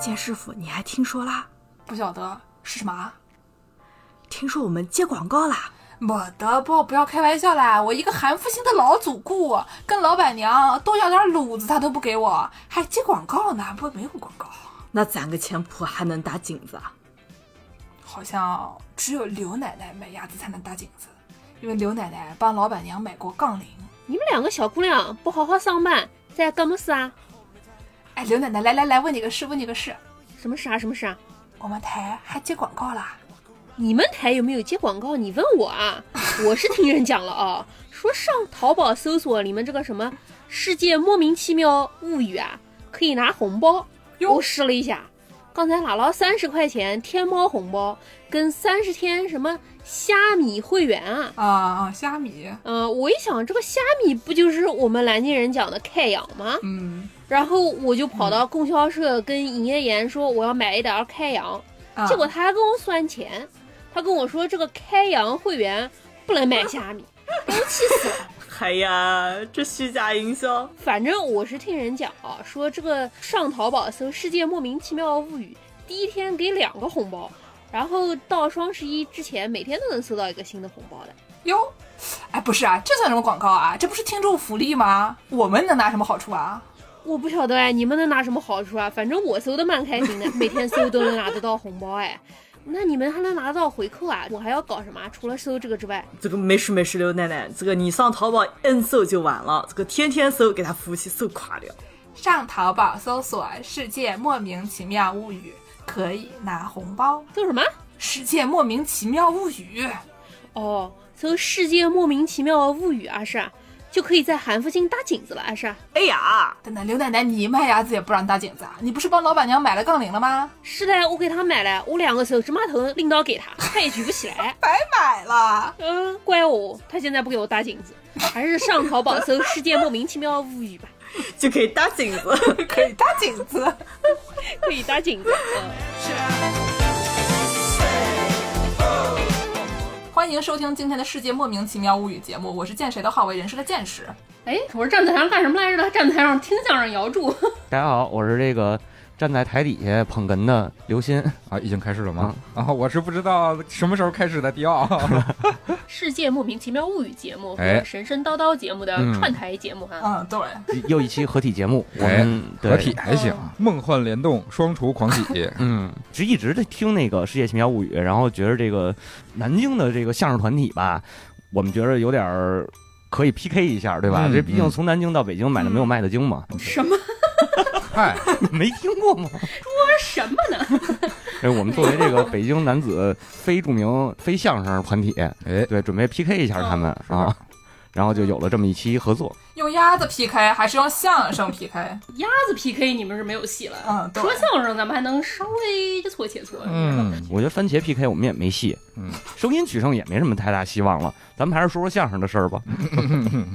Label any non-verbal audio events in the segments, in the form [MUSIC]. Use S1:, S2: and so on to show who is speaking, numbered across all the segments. S1: 剑哎师傅，你还听说啦？
S2: 不晓得是什么啊？
S1: 听说我们接广告啦？
S2: 我的不，不要开玩笑啦！我一个韩复兴的老主顾，跟老板娘多要点卤子他都不给我，还接广告呢？不，没有广告，
S1: 那攒个钱谱还能打井子啊？
S2: 好像只有刘奶奶买鸭子才能打井子，因为刘奶奶帮老板娘买过杠铃。
S3: 你们两个小姑娘不好好上班，在干么事啊？
S2: 哎，刘奶奶，来来来，问你个事，问你个事，
S3: 什么事啊？什么事啊？
S2: 我们台还接广告啦？
S3: 你们台有没有接广告？你问我啊？我是听人讲了啊，说上淘宝搜索你们这个什么“世界莫名其妙物语”啊，可以拿红包。
S2: 哟
S3: 我试了一下，刚才拿了三十块钱天猫红包，跟三十天什么虾米会员啊。
S2: 啊啊，虾米，
S3: 呃，我一想，这个虾米不就是我们南京人讲的开阳吗？
S2: 嗯，
S3: 然后我就跑到供销社跟营业员说我要买一点开阳，
S2: 啊
S3: 结果他还跟我算钱，他跟我说这个开阳会员不能买虾米，给我气死了。
S1: 哎呀，这虚假营销！
S3: 反正我是听人讲啊，说这个上淘宝搜“世界莫名其妙物语”，第一天给两个红包，然后到双十一之前每天都能收到一个新的红包的。
S2: 哟，哎，不是啊，这算什么广告啊？这不是听众福利吗？我们能拿什么好处啊？
S3: 我不晓得哎，你们能拿什么好处啊？反正我搜的蛮开心的，每天搜都能拿得到红包哎。那你们还能拿到回扣啊？我还要搞什么啊？除了搜这个之外，
S1: 这个没事没事，刘奶奶，这个你上淘宝摁搜就完了，这个天天搜，给他服务器搜垮掉。
S2: 上淘宝搜索“世界莫名其妙物语”，可以拿红包。
S3: 搜什么？
S2: 世界莫名其妙物语，
S3: 哦，搜世界莫名其妙物语啊是啊，就可以在韩复兴搭井子了啊是啊。
S1: 哎呀，
S2: 等等，刘奶奶，你卖鸭子也不让搭井子啊？你不是帮老板娘买了杠铃了吗？
S3: 是的，我给他买了，我两个手指码头拎刀给他，他也举不起来。
S2: 白买了。
S3: [LAUGHS] 嗯，怪我，他现在不给我搭井子，还是上淘宝搜世界莫名其妙物语吧，
S1: [LAUGHS] 就可以搭井子。
S2: 可以搭井子，
S3: 可以搭井子。嗯
S2: 欢迎收听今天的《世界莫名其妙物语》节目，我是见谁都好为人师的见识。
S3: 哎，我说站在台上干什么来着的？站在台上听相声摇柱。
S4: 大家好，我是这个站在台底下捧哏的刘鑫。嗯
S5: 啊，已经开始了吗？啊，我是不知道什么时候开始的迪奥。
S3: [LAUGHS]
S5: 啊
S3: 世界莫名其妙物语节目
S5: 哎
S3: 和神神叨叨节目的
S5: 嗯
S3: 串台节目哈、
S2: 嗯，对，
S4: [LAUGHS] 又一期合体节目，我
S5: 哎
S4: 们对。
S5: 合体，还行，梦幻联动，双厨狂 [LAUGHS] 喜
S4: 嗯，是一直在听那个《世界奇妙物语》，然后觉得这个南京的这个相声团体吧，我们觉得有点儿可以 PK 一下，对吧？
S5: 嗯
S4: 这毕竟从南京到北京买的没有卖的精嘛，
S3: 什么
S5: 嗨，
S4: [LAUGHS] 没听过
S5: [LAUGHS]
S4: 吗？
S3: 什么呢？
S4: 哎，我们作为这个北京男子非著名非相声团体，
S5: 哎，
S4: 对，准备 PK 一下他们
S5: 是的
S4: 啊，然后就有了这么一期合作。
S2: 用鸭子 PK 还是用相声 PK？
S3: 鸭子 PK 你们是没有戏了。
S2: 嗯，对
S3: 说，相声咱们还能稍微一搓切磋。
S5: 嗯，
S4: 我觉得番茄 PK 我们也没戏，
S5: 嗯，
S4: 声音取胜也没什么太大希望了。咱们还是说说相声的事儿吧，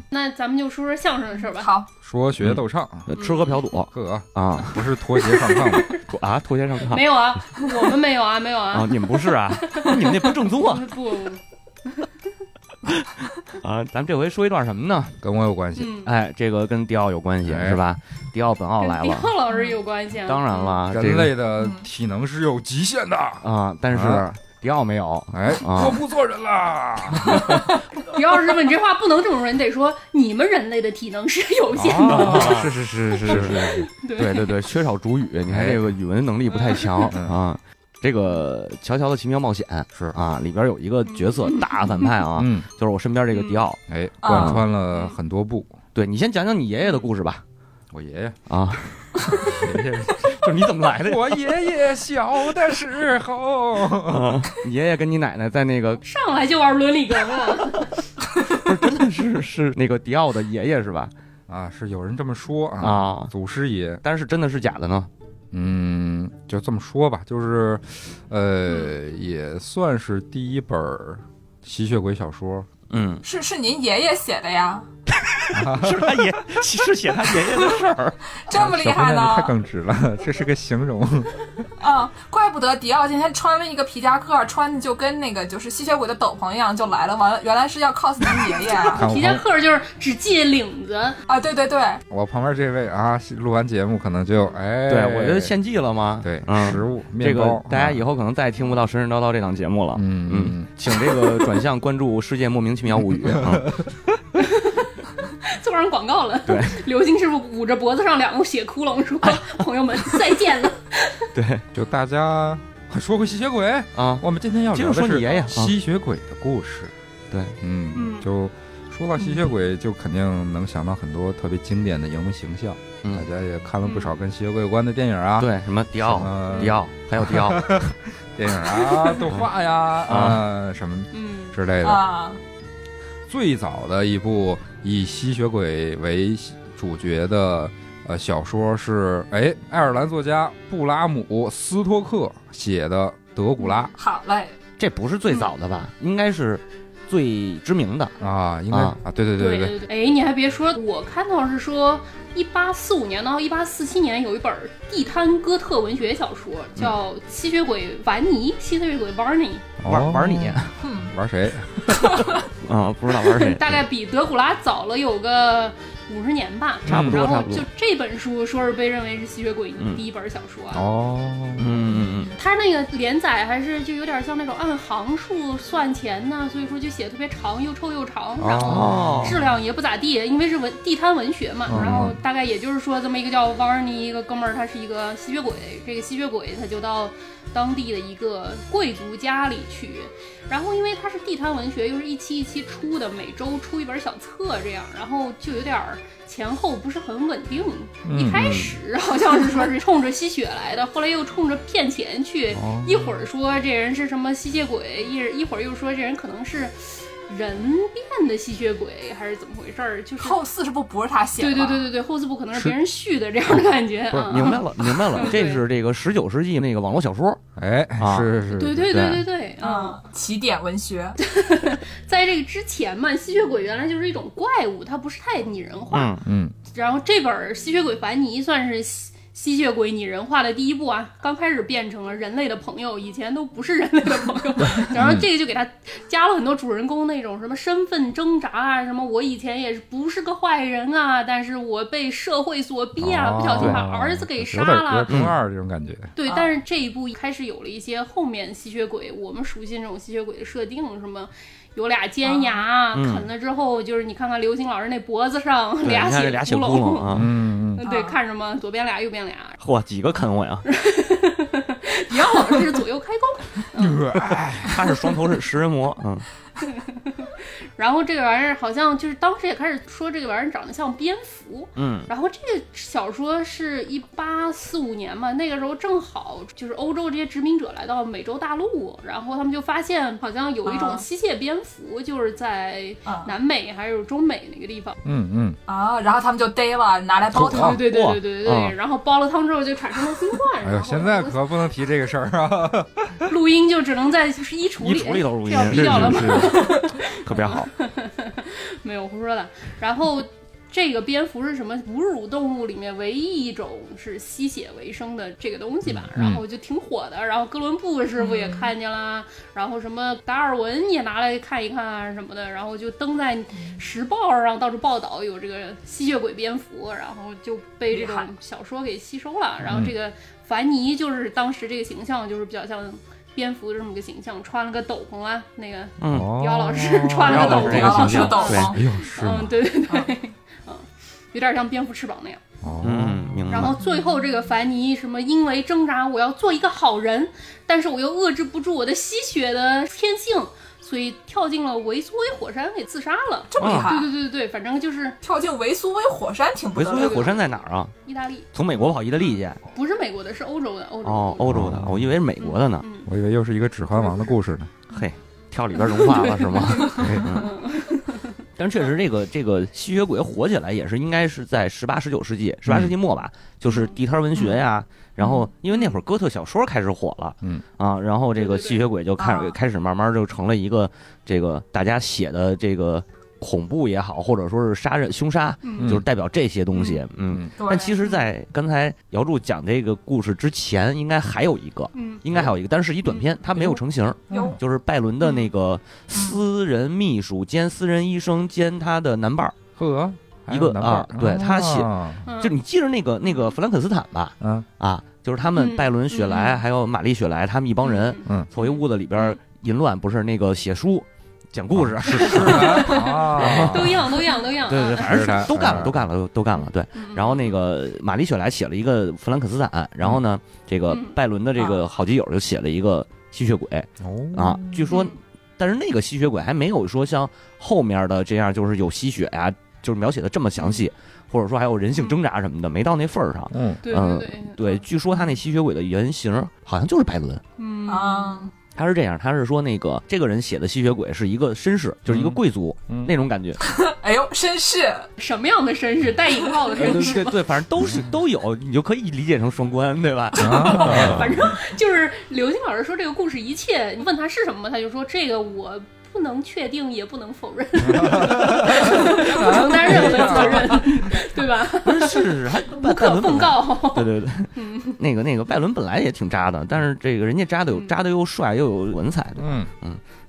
S3: 那咱们就说说相声的事儿吧。
S2: 好，
S5: 说学逗唱，啊
S4: 呃吃喝嫖赌
S5: 嗯呵， [LAUGHS]
S4: 啊
S5: 不是拖鞋上炕吗？
S4: 啊，拖鞋上炕
S3: 没有啊，我们没有啊，没有
S4: 啊 [LAUGHS]
S3: 啊，。
S4: 你们不是
S3: [LAUGHS]
S4: 啊？你们那不正宗啊！
S3: 不
S4: [LAUGHS]
S3: 不，不
S4: 啊，咱们这回说一段什么呢？
S5: [LAUGHS] 跟我有关系。
S3: 嗯，
S4: 哎，这个跟迪奥有关系
S5: 哎
S4: 是吧？迪奥本奥
S3: 跟
S4: 来
S3: 迪
S4: 了，嗯
S3: 奥老师有关系啊。
S4: 当然了，这
S5: 人
S4: 个
S5: 类的体能是有极限的。
S4: 啊，但是
S5: 啊
S4: 迪奥没
S5: [LAUGHS]
S4: 有，
S5: 哎，
S4: 啊
S5: 我不做人啦！
S3: 嗯。迪奥师傅，你这话不能这么说，你得说你们人类的体能是有限的。
S4: 啊
S5: 是是是
S4: [LAUGHS]
S5: 是是是，
S4: 对对对，缺少主语，你看
S5: 哎
S4: 这个语文能力不太强
S5: 嗯
S4: 啊。这个《乔乔的奇妙冒险》
S5: 是
S4: 啊，里边有一个角色大反派啊，
S5: 嗯，
S4: 就是我身边这个迪奥。
S5: 哎，贯穿了很多部。
S4: 对你先讲讲你爷爷的故事吧。
S5: 我爷爷，
S4: 啊，
S5: 爷爷，
S4: 就是你怎么来的呀？
S5: [LAUGHS] 我爷爷小的时候，
S4: 啊你爷爷跟你奶奶在那个
S3: 上来就玩伦理梗
S4: [LAUGHS] 啊
S3: 了。
S4: 不是真的是是那个迪奥的爷爷是吧？
S5: [LAUGHS] 啊，是有人这么说啊，
S4: 啊，
S5: 祖师爷，
S4: 但是真的是假的呢？
S5: 嗯，就这么说吧，就是，呃，
S2: 嗯
S5: 也算是第一本儿吸血鬼小说。
S4: 嗯，
S2: 是是您爷爷写的呀？
S4: 是他爷，是写他爷爷的事儿。
S2: 这么厉
S5: 啊小姑
S2: 害
S5: 娘
S2: 呢
S5: 你太？耿直了，这是个形容。
S2: 嗯，怪不得迪奥今天穿了一个皮夹克，穿的就跟那个就是吸血鬼的斗篷一样就来了。完了，原来是要 cos 你爷爷啊！
S5: 看我
S3: 皮夹
S5: 旁
S3: 克就是只系领子，
S2: 啊，对对对，
S5: 我旁边这位啊，录完节目可能就哎，
S4: 对，我觉得献祭了吗？
S5: 对
S4: 嗯，
S5: 食物
S4: 这
S5: 面
S4: 个
S5: 包，
S4: 大家
S5: 啊
S4: 以后可能再也听不到神神叨叨这档节目了。
S5: 嗯
S4: 嗯
S5: 嗯，
S4: 请这个转向关注《世界莫名其妙物语》
S5: [LAUGHS]
S4: 啊。
S3: 做上广告了。
S4: 对，
S3: [LAUGHS] 刘星师傅捂着脖子上两个血窟窿
S4: [LAUGHS]
S3: 说：“朋友们，再见了。
S4: 对
S5: 就大家说回吸血鬼，
S4: 啊，
S5: 我们今天要
S4: 接
S5: 聊
S4: 着说你
S5: 的是
S4: 爷爷啊。
S5: 吸血鬼的故事。
S4: 对，
S5: 嗯
S3: 嗯，
S5: 就说到吸血鬼，就肯定能想到很多特别经典的荧幕形象，
S4: 嗯
S5: 大家也看了不
S2: 嗯
S5: 少跟吸血鬼有关的电影啊，
S4: 对，什么迪
S5: 什
S4: 奥、
S5: 么
S4: 迪奥，还有迪奥， [LAUGHS]
S5: 电影啊、动画呀啊什么”
S3: 嗯，
S5: 之类的。
S2: 啊，
S5: 最早的一部以吸血鬼为主角的呃小说是，哎，爱尔兰作家布拉姆斯托克写的《德古拉
S2: 好嘞，
S4: 这不是最早的吧？应该是最知名的。》
S5: 啊，应该
S4: 啊
S5: 啊，对对对
S3: 对
S5: 对，
S3: 对对。哎，你还别说，我看到是说。一八四五年到一八四七年，有一本地摊哥特文学小说，
S4: 嗯
S3: 叫《吸血鬼玩尼》，吸血鬼玩尼，。
S5: 哦
S4: 玩玩
S5: [LAUGHS]
S4: 你
S2: 嗯，
S5: 玩谁？
S4: 啊，不知道玩
S3: [LAUGHS]
S4: 谁
S3: 大概比德古拉早了有个五十年吧。
S4: 嗯差不多，
S3: 然
S4: 差
S3: 后
S4: 不多
S3: 就。这本书说是被认为是吸血鬼
S4: 嗯
S3: 第一本小说啊，
S5: 哦，
S4: 嗯嗯
S3: 它那个连载还是就有点像那种按行数算钱呢，所以说就写得特别长，又臭又长，然
S4: 嗯，
S3: 后
S4: 哦，
S3: 质量也不咋地，因为是文地摊文学嘛
S5: 嗯。
S3: 然后大概也就是说，这么一个叫王尔尼一个哥们儿，他是一个吸血鬼，这个吸血鬼他就到当地的一个贵族家里去，然后因为它是地摊文学，又是一期一期出的，每周出一本小册这样，然后就有点儿前后不是很稳定，
S4: 嗯
S3: 一开始 [LAUGHS] 好像是说是冲着吸血来的，后来又冲着骗钱去，
S5: 哦
S3: 一会儿说这人是什么吸血鬼，一一会儿又说这人可能是人变的吸血鬼，还是怎么回事儿？就是
S2: 后四十部不是他写的
S3: 对
S2: 吧，
S3: 对对对对，后四部可能是
S5: 是
S3: 别人续的这样的感觉
S4: 不是
S3: 啊，。
S4: 明白了，明白
S3: [LAUGHS]
S4: 了，
S3: 嗯
S4: 这
S3: 对
S4: 是这个十九世纪那个网络小说，
S5: 哎
S4: 啊，
S5: 是是是，
S3: 对对对对
S4: 对
S3: 对，啊，
S2: 嗯，起点文学，
S3: 在这个之前嘛，吸血鬼原来就是一种怪物，它不是太拟人化。
S4: 嗯，
S5: 嗯，
S3: 然后这本儿《吸血鬼凡尼》算是吸吸血鬼拟人化的第一部啊，刚开始变成了人类的朋友，以前都不是人类的朋
S5: [LAUGHS]
S3: 友。然后这个就给他加了很多主人公那种什么身份挣扎啊，什么我以前也是不是个坏人啊，但是我被社会所逼啊，
S5: 哦
S3: 不小心把
S5: 对
S3: 儿子给杀
S5: 有点有点
S3: 了。
S5: 中二这种感觉。
S3: 对
S2: 啊，
S3: 但是这一部开始有了一些后面吸血鬼，我们熟悉那种吸血鬼的设定，什么有俩尖牙，啊
S4: 嗯
S3: 啃了之后就是你看看刘星老师那脖子上
S4: 对，
S3: 俩
S4: 你看这
S3: 血
S4: 俩血窟
S3: 窿
S4: 窿，啊，
S5: 嗯，
S3: 嗯，对，
S2: 啊
S3: 看什么左边俩，右边俩，
S4: 嚯，几个啃
S5: [LAUGHS]
S4: 我呀？
S3: 迪奥老师是左右开弓。
S4: 他是双头是食人魔，嗯，
S3: 然后这个玩意儿好像就是当时也开始说这个玩意儿长得像蝙蝠。
S4: 嗯，
S3: 然后这个小说是一八四五年嘛，那个时候正好就是欧洲这些殖民者来到美洲大陆，然后他们就发现好像有一种
S2: 啊
S3: 吸血蝙蝠，就是在
S2: 啊
S3: 南美还有中美那个地方。
S5: [LAUGHS] 嗯嗯，
S2: 啊，然后他们就逮了，拿来煲汤
S5: 啊，
S3: 对对
S4: 哇
S3: 对对对对
S4: 啊
S3: 对。然后煲了汤之后就产生了新
S4: [LAUGHS]
S3: 冠。
S5: 哎
S3: 然
S5: 呦，
S3: 后
S5: 现在可不能提这个事儿啊！
S3: 录音就只能在就是衣橱
S4: 衣
S3: 里，
S4: 橱里头录
S3: 这
S4: 音
S3: 要，
S4: 是
S3: 毙掉了吗？
S4: 是是，特别好，
S3: [LAUGHS] 没有胡说的。然后这个蝙蝠是什么哺乳动物里面唯一一种是吸血为生的这个东西吧？
S4: 嗯
S3: 然后就挺火的。然后哥伦布师
S2: 嗯
S3: 傅也看见啦，然后什么达尔文也拿来看一看啊什么的，然后就登在
S2: 嗯
S3: 时报上到处报道有这个吸血鬼蝙蝠，然后就被这种
S2: 厉害
S3: 小说给吸收了。然后
S4: 嗯
S3: 这个凡尼就是当时这个形象就是比较像。蝙蝠的这么个形象，穿了个斗篷啊，那个
S4: 嗯，
S5: 哦
S3: 姚老师穿
S4: 了个斗篷
S2: 然后是
S4: 这个形象
S2: 斗
S4: 对
S2: 篷
S5: 哎呦，是
S3: 嗯，
S5: 吗？
S3: 对对对， [LAUGHS] 嗯，有点像蝙蝠翅膀那样。
S5: 哦，
S4: 嗯，明白
S3: 然。后最后这个凡尼什么，因为挣扎，我要做一个好人，但是我又遏制不住我的吸血的天性，所以跳进了维苏威火山给自杀了。
S2: 这么厉害
S3: 对，对对对对，反正就是
S2: 跳进维苏威火山挺不
S4: 维
S2: 得
S4: 苏
S2: 了
S4: 威
S2: 的，
S4: 火山在哪儿啊？
S3: 意大利，
S4: 从美国跑意大利去？
S3: 不是美国的，是欧洲的，欧洲的
S4: 哦，欧洲的，我以为是美国的呢。
S3: 嗯，
S5: 我以为又是一个《指环王》的故事呢。
S4: 嘿，跳里边融化了是
S3: [LAUGHS]
S4: 吗？嗯
S5: 哎
S4: 但确实，这个这个吸血鬼火起来也是应该是在十八、十九世纪，十八世纪末吧，就是地摊文学呀。
S3: 嗯
S4: 然后，因为那会儿哥特小说开始火了，
S5: 嗯
S4: 啊，然后这个
S3: 对对对
S4: 吸血鬼就开始
S2: 啊
S4: 开始慢慢就成了一个这个大家写的这个恐怖也好，或者说是杀人凶杀，
S2: 嗯
S4: 就是代表这些东西。嗯，
S5: 嗯
S2: 对
S4: 但其实，在刚才姚柱讲这个故事之前，应该还有一个，
S3: 嗯
S4: 应该还有一个，但是一短片，它没有成型。
S2: 有
S4: 就是拜伦的那
S3: 嗯
S4: 个私人秘书兼私人医生兼他的男伴儿，
S5: 呵，还有
S4: 一个
S5: 男伴儿
S4: 啊对他写 [LAUGHS]
S5: 啊
S3: 嗯
S4: 就你记着那个那个弗兰肯斯坦吧？
S5: 嗯
S4: 啊，就是他们
S3: 嗯
S4: 拜伦、雪莱
S3: 嗯
S4: 还有玛丽雪莱他们一帮人，凑一屋子里边淫乱，不是那个写书、讲故事，是
S5: 是的啊，
S3: 嗯都一样都一样都一样，
S4: [LAUGHS] 对对，
S3: 啊
S4: 反正
S5: 是他
S4: 是都干了，
S5: 嗯
S4: 都干了，都都干了，对。
S3: 嗯
S4: 然后那个玛丽雪莱写了一个弗兰肯斯坦，然后呢，这个
S3: 嗯
S4: 拜伦的这个好基友就写了一个吸血鬼
S5: 哦
S4: 啊，据说
S3: 嗯
S4: 但是那个吸血鬼还没有说像后面的这样，就是有吸血呀、就是描写的这么详细，
S3: 嗯
S4: 或者说还有人性挣扎什么的，没到那份儿上。
S5: 嗯
S3: 对
S4: 嗯
S3: 对
S4: 对，据说他那吸血鬼的原型好像就是拜伦，
S3: 嗯
S2: 啊，
S4: 他是这样，他是说那个这个人写的吸血鬼是一个绅士，就是一个贵族、
S5: 嗯
S4: 那种感觉。
S2: 哎呦，绅士，
S3: 什么样的绅士带引号的
S4: 哎
S3: 绅
S4: 对
S3: 士，
S4: 对对，反正都是都有，你就可以理解成双关，对吧？
S5: [LAUGHS] 啊
S3: 反正就是刘星老师说这个故事一切，你问他是什么，他就说这个我不能确定，也不能否认，
S5: 嗯
S3: 不承担任何责任， [LAUGHS] 对吧？
S4: [LAUGHS] 不是是是，还
S3: 无
S4: 拜拜
S3: 可
S4: 伦
S3: 奉
S4: 本来。
S3: 告。
S4: [LAUGHS] 对对对，
S3: 嗯
S4: 那个那个拜伦本来也挺渣的，但是这个人家渣的有
S3: 嗯
S4: 渣的又帅又有文采，
S5: 嗯，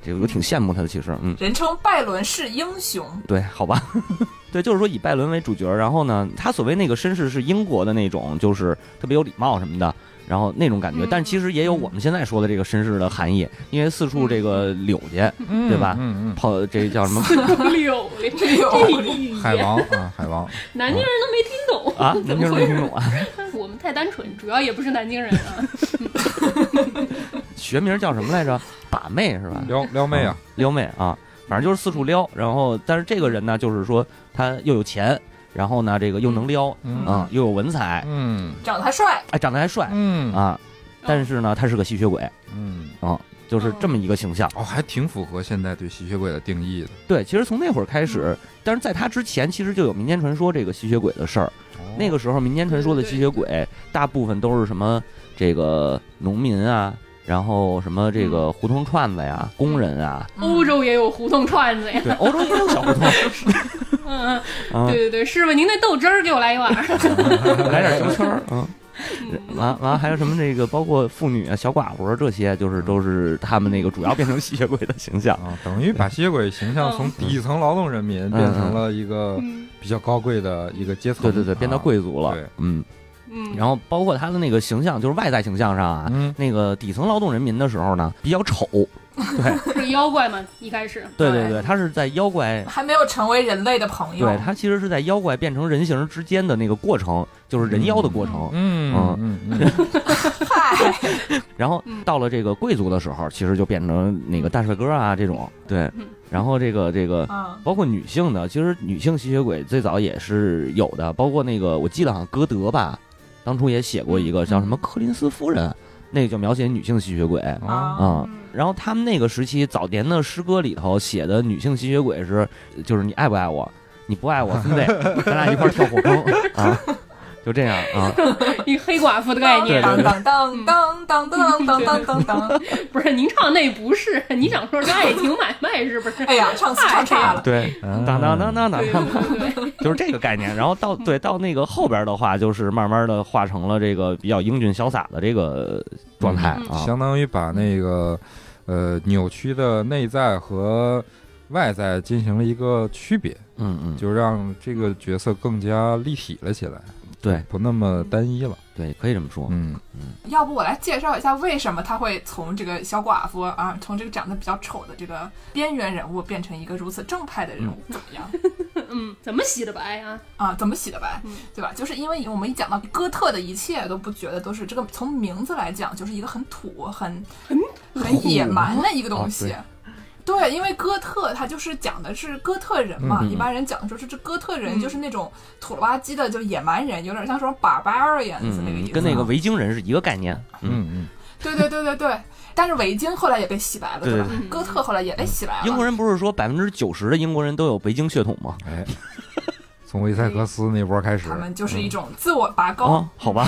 S4: 这个我挺羡慕他的，其实，嗯。
S2: 人称拜伦式英雄，
S4: 对，好吧， [LAUGHS] 对，就是说以拜伦为主角，然后呢，他所谓那个绅士是英国的那种，就是特别有礼貌什么的，然后那种感觉，
S3: 嗯
S4: 但其实也有我们现在说的这个绅士的含义，因为四处这个柳
S3: [LAUGHS]
S4: 家
S5: 嗯
S4: 对吧
S5: 嗯
S4: 泡这叫什么
S3: 六嘞，这
S2: 哎呦，
S5: 嗯，海王啊，海王，
S3: 南京人都没听懂
S4: 啊？
S3: 怎
S4: 南
S3: 么
S4: 京人
S3: 回
S4: 没
S3: 事？
S4: 听懂啊？
S3: 我们太单纯，主要也不是南京人啊。
S4: 学名叫什么来着？把妹是吧？
S5: 撩撩妹啊，
S4: 撩妹啊，反正就是四处撩。然后，但是这个人呢，就是说他又有钱，然后呢，这个又能撩，
S5: 嗯
S4: 啊、又有文采，
S5: 嗯
S2: 长得还帅，
S4: 哎，长得还帅
S5: 嗯
S4: 啊，但是呢，他是个吸血鬼，
S5: 嗯。
S4: 就是这么一个形象。
S5: 哦，还挺符合现在对吸血鬼的定义的。
S4: 对，其实从那会儿开始，但是在他之前，其实就有民间传说这个吸血鬼的
S5: 哦
S4: 事儿。哦那个时候，民间传说的吸血鬼大部分都是什么这个农民啊，然后什么这个胡同串子呀、工人啊，
S3: 欧洲也有胡同串子呀，
S4: 对，欧洲也有小胡同，
S3: 嗯，
S4: 啊
S3: 对，对对，师傅您那豆汁儿给我来一碗儿，
S4: 来点球圈儿， [LAUGHS] 嗯，
S3: 嗯
S4: 完完还有什么这个，包括妇女啊、小寡妇儿这些，就是都是他们那个主要变成吸血鬼的形象。
S5: 啊，等于把吸血鬼形象
S4: 嗯
S5: 从底层劳动人民变成了一个
S3: 嗯
S5: 比较高贵的一个阶层，
S4: 对对对，
S5: 啊
S4: 变到，贵族了
S5: 对，
S4: 嗯，
S3: 嗯，
S4: 然后包括他的那个形象，就是外在形象上啊，
S5: 嗯，
S4: 那个底层劳动人民的时候呢，比较丑，
S3: 是妖怪嘛，一开始，
S4: 对对对，他是在妖怪，
S2: 还没有成为人类的朋友
S4: 对，他其实是在妖怪变成人形之间的那个过程，就是人妖的过程。
S5: 嗯嗯嗯
S2: 嗨，
S4: 然后到了这个贵族的时候，其实就变成那个大帅哥啊这种，对
S3: 嗯。
S4: 然后这个这个。
S2: 嗯，
S4: 包括女性的，其实女性吸血鬼最早也是有的，包括那个我记得好像歌德吧，当初也写过一个叫什么柯林斯夫人，那个就描写女性吸血鬼啊、
S5: 啊，
S4: 然后他们那个时期早年的诗歌里头写的女性吸血鬼是，就是你爱不爱我？你不爱我，分贝，咱俩一块儿跳火坑啊，就这样啊。
S3: 一黑寡妇的概念，
S2: 当当当当当当当当当当，
S3: 不是您唱那不是，你想说是爱情买卖是不是？
S2: 哎呀，唱词唱差了，
S4: [LAUGHS] 对，
S5: 嗯
S4: 当当当当
S3: 对
S4: 当，
S3: 对对，
S4: 就是这个概念。然后到对到那个后边的话，就是慢慢的化成了这个比较英俊潇洒的这个状态啊。
S5: 嗯相当于把那个呃扭曲的内在和外在进行了一个区别，
S4: 嗯嗯，
S5: 就让这个角色更加立体了起来，
S4: 对
S5: 不那么单一了。
S4: 对，可以这么说。
S5: 嗯
S2: 要不我来介绍一下为什么他会从这个小寡妇啊，从这个长得比较丑的这个边缘人物变成一个如此正派的人物，怎么样？
S3: 嗯，怎么洗的白啊？
S2: 啊，怎么洗的白
S3: 嗯，
S2: 对吧？就是因为我们一讲到哥特的一切，都不觉得都是这个，从名字来讲，就是一个很土、很很野
S4: 哦
S2: 蛮的一个东西。对，因为哥特它就是讲的是哥特人嘛，
S4: 嗯嗯嗯
S2: 一般人讲的说是这哥特人
S3: 嗯
S2: 就是那种土了吧唧的，就野蛮人，有点像说 barbarians 那个意
S4: 嗯，
S2: 思，
S4: 跟那个维京人是一个概念。嗯，
S5: 嗯嗯，
S2: 对对对对对。但是维京后来也被洗白了，
S4: 对
S2: 对
S4: 对嗯
S2: 吧？
S3: 对
S2: 哥特后来也被洗白了。
S4: 英国人不是说百分之九十的英国人都有维京血统吗？
S5: 哎，从维塞克斯那波开始
S2: 他，们
S4: 嗯
S2: 就是一种自我拔高，
S4: 啊，好吧，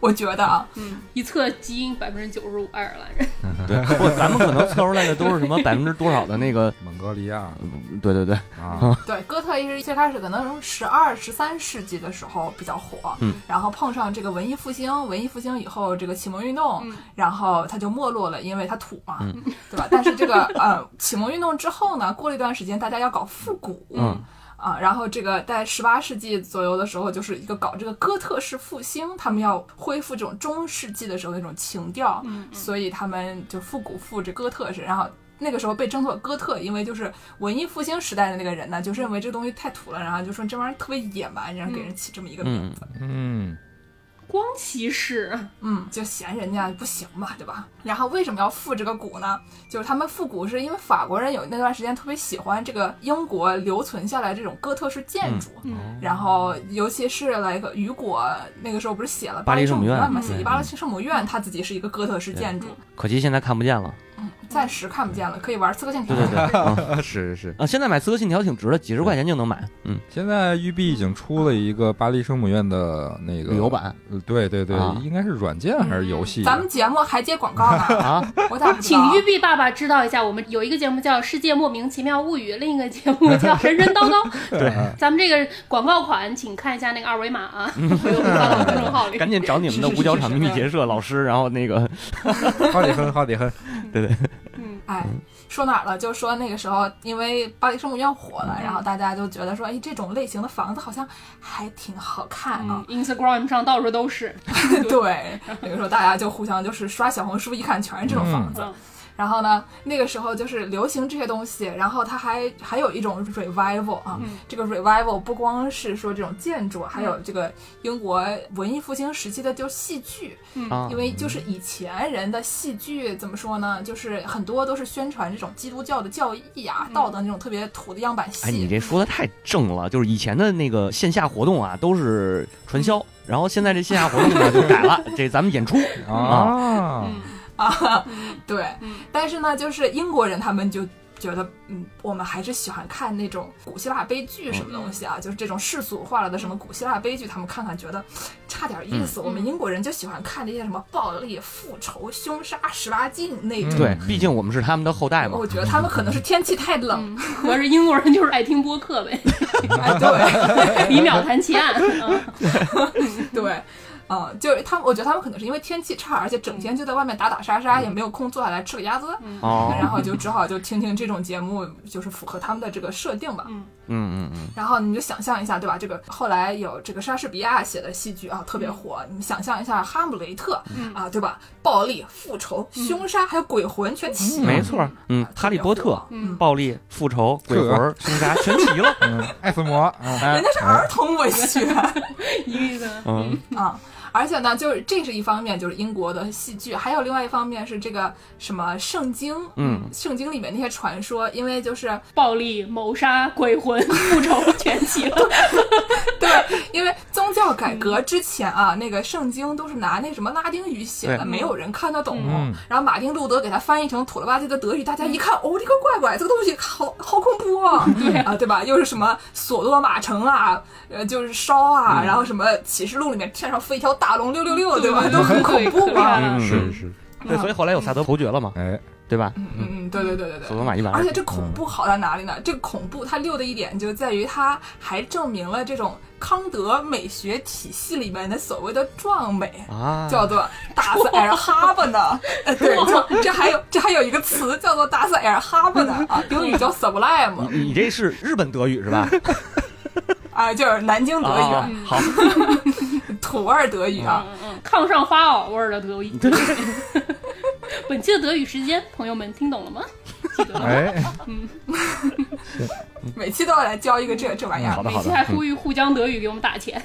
S2: 我觉得啊，
S3: 嗯，一测基因百分之九十五爱尔兰人，
S4: 对，不，咱们可能测出来的都是什么百分之多少的那个
S5: 蒙坎格利亚
S4: 嗯对对对，
S5: 啊，
S2: 对，哥特也是最开始可能十二、十三世纪的时候比较火，
S4: 嗯
S2: 然后碰上这个文艺复兴，文艺复兴以后这个启蒙运动，
S3: 嗯
S2: 然后它就没落了，因为它土嘛，
S4: 嗯
S2: 对吧？但是这个呃启蒙运动之后呢，过了一段时间，大家要搞复古，
S4: 嗯
S2: 啊，然后这个在十八世纪左右的时候，就是一个搞这个哥特式复兴，他们要恢复这种中世纪的时候那种情调，
S3: 嗯嗯
S2: 所以他们就复古复这哥特式，然后那个时候被称作哥特，因为就是文艺复兴时代的那个人呢，就认为这东西太土了，然后就说这玩意儿特别野蛮，然后给人起这么一个名字，
S5: 嗯，
S3: [LAUGHS] 光啊骑士，
S2: 嗯就嫌人家不行嘛，对吧？然后为什么要复这个古呢？就是他们复古是因为法国人有那段时间特别喜欢这个英国留存下来这种哥特式建筑。
S3: 嗯
S2: 然后，尤其是来个雨果那个时候不是写了
S4: 巴黎
S2: 圣
S4: 圣母院嗯
S2: 嘛，
S3: 对
S2: 写巴黎圣母院，他自己是一个哥特式建筑，
S4: 可惜现在看不见了。
S2: 暂时看不见了，可以玩刺客信条。
S4: 对对对，啊 [LAUGHS]
S5: 是是是。
S4: 啊，现在买《刺客信条》挺值的，几十块钱就能买。嗯，
S5: 现在育碧已经出了一个巴黎圣母院的那个
S4: 旅游，版
S5: 呃对对对
S4: 啊，
S5: 应该是软件还是游戏？啊
S2: 咱们节目还接广告呢，
S4: 啊，
S2: 我咋不知
S3: 请
S2: 道
S3: 玉碧爸爸知道一下，我们有一个节目叫《世界莫名其妙物语》，另一个节
S4: [LAUGHS]
S3: 目叫《神神叨叨》。
S4: 对，啊
S3: 咱们这个广告款，请看一下那个二维码啊，回头发到公众号里。
S4: 嗯赶紧找你们的五角场秘密结社老师，然后那个
S5: 好得很，好得很。
S3: 嗯，
S2: 哎，说哪儿了？就说那个时候，因为巴黎圣母院火了，
S3: 嗯
S2: 然后大家就觉得说，哎，这种类型的房子好像还挺好看啊
S3: 嗯。，Instagram 上到处都是。嗯
S2: [LAUGHS] 对，那个时候大家就互相就是刷小红书，一看全是这种房子。
S3: 嗯
S2: 然后呢，那个时候就是流行这些东西，然后它还还有一种 revival 啊，
S3: 嗯
S2: 这个 revival 不光是说这种建筑，还有这个英国文艺复兴时期的就戏剧，
S4: 啊
S2: 因，为就是以前人的戏剧怎么说呢？就是很多都是宣传这种基督教的教义啊、
S3: 嗯
S2: 道德那种特别土的样板戏。
S4: 哎，你这说的太正了，就是以前的那个线下活动啊，都是传销，然后现在这线下活动呢就改了，这咱们演出
S5: 啊，
S3: 嗯嗯
S2: 对，
S3: 嗯
S2: 但是呢，就是英国人他们就觉得，嗯，我们还是喜欢看那种古希腊悲剧什么东西
S4: 嗯
S2: 啊，就是这种世俗化了的什么古希腊悲剧，他们看看觉得差点意
S4: 嗯
S2: 思。我们英国人就喜欢看那些什么暴力、复仇、凶杀、十八禁那
S5: 嗯
S2: 种。
S4: 嗯对，毕竟我们是他们的后代嘛
S2: 我。觉得他们可能是天气太冷，
S3: 嗯，合着英国人就是爱听播客呗，
S2: 哎，对。
S3: 以秒谈奇
S4: [LAUGHS]
S3: 案。嗯
S2: 对，嗯，就是他们，我觉得他们可能是因为天气差，而且整天就在外面打打杀杀，也没有空坐下来吃个鸭子，
S4: 嗯
S2: 嗯
S4: 哦，
S2: 然后就只好就听听这种节目，就是符合他们的这个设定吧。
S4: 嗯嗯嗯，
S2: 然后你就想象一下，对吧？这个后来有这个莎士比亚写的戏剧啊，特别火。你们想象一下《哈姆雷特》
S3: 嗯
S2: 啊，对吧？暴力、复仇、凶杀，还有鬼魂全齐。[LAUGHS]
S4: 没错儿，嗯，《哈利波特》
S3: 嗯
S4: 暴力、复仇、鬼魂
S5: [LAUGHS]
S4: 儿、凶杀全齐了。
S5: 嗯，爱斯摩，啊
S2: 人家是儿童文学
S3: 一个意思。
S4: 嗯，
S2: 啊。而且呢，就是这是一方面，就是英国的戏剧，还有另外一方面是这个什么圣经，
S4: 嗯，
S2: 圣经里面那些传说，因为就是
S3: 暴力、谋杀、鬼魂、复仇全齐了。
S2: 因为宗教改革之前啊，那个圣经都是拿那什么拉丁语写的，
S4: 对
S2: 没有人看得懂。哦
S5: 嗯
S2: 然后马丁路德给它翻译成土了吧唧的德语，大家一看，哦，这个怪怪，这个东西好好恐怖啊， [LAUGHS] 啊，对吧？又是什么索多玛城啊，呃，就是烧啊，然后什么启示录里面天上飞一条大龙六六六，对吧？都很恐怖啊。
S3: 嗯
S5: 是是，
S4: 对，所以后来有萨德侯爵了嘛，
S5: 哎，
S4: 对吧？
S2: 嗯，对对对对对。
S4: 索多玛一百
S2: 而
S4: 二
S2: 且，这恐怖好在哪里呢？这个恐怖它溜的一点就在于它还证明了这种康德美学体系里面的所谓的壮美。
S4: 啊，
S2: 叫做打死埃尔哈巴
S4: [LAUGHS]
S2: 呢，呃对，就这还有这还有一个词叫做打死埃尔哈巴呢
S4: [LAUGHS]
S2: 啊，英语叫 sublime，
S4: 你这是日本德语
S2: [LAUGHS]
S4: 是吧？
S2: 啊，就是南京德
S4: 啊
S2: 语、，嗯
S4: 好，
S2: 土味德语啊，
S3: 嗯嗯，炕上发袄味儿的德语。本期的德语时间，朋友们听懂了吗？记得了吗。
S5: 哎，
S4: 嗯
S2: 每期都要来教一个这这玩意
S4: 好
S2: 儿，
S4: 的
S3: 每
S4: 好
S3: 期
S4: 的
S3: 还呼吁沪江德语给我们打钱。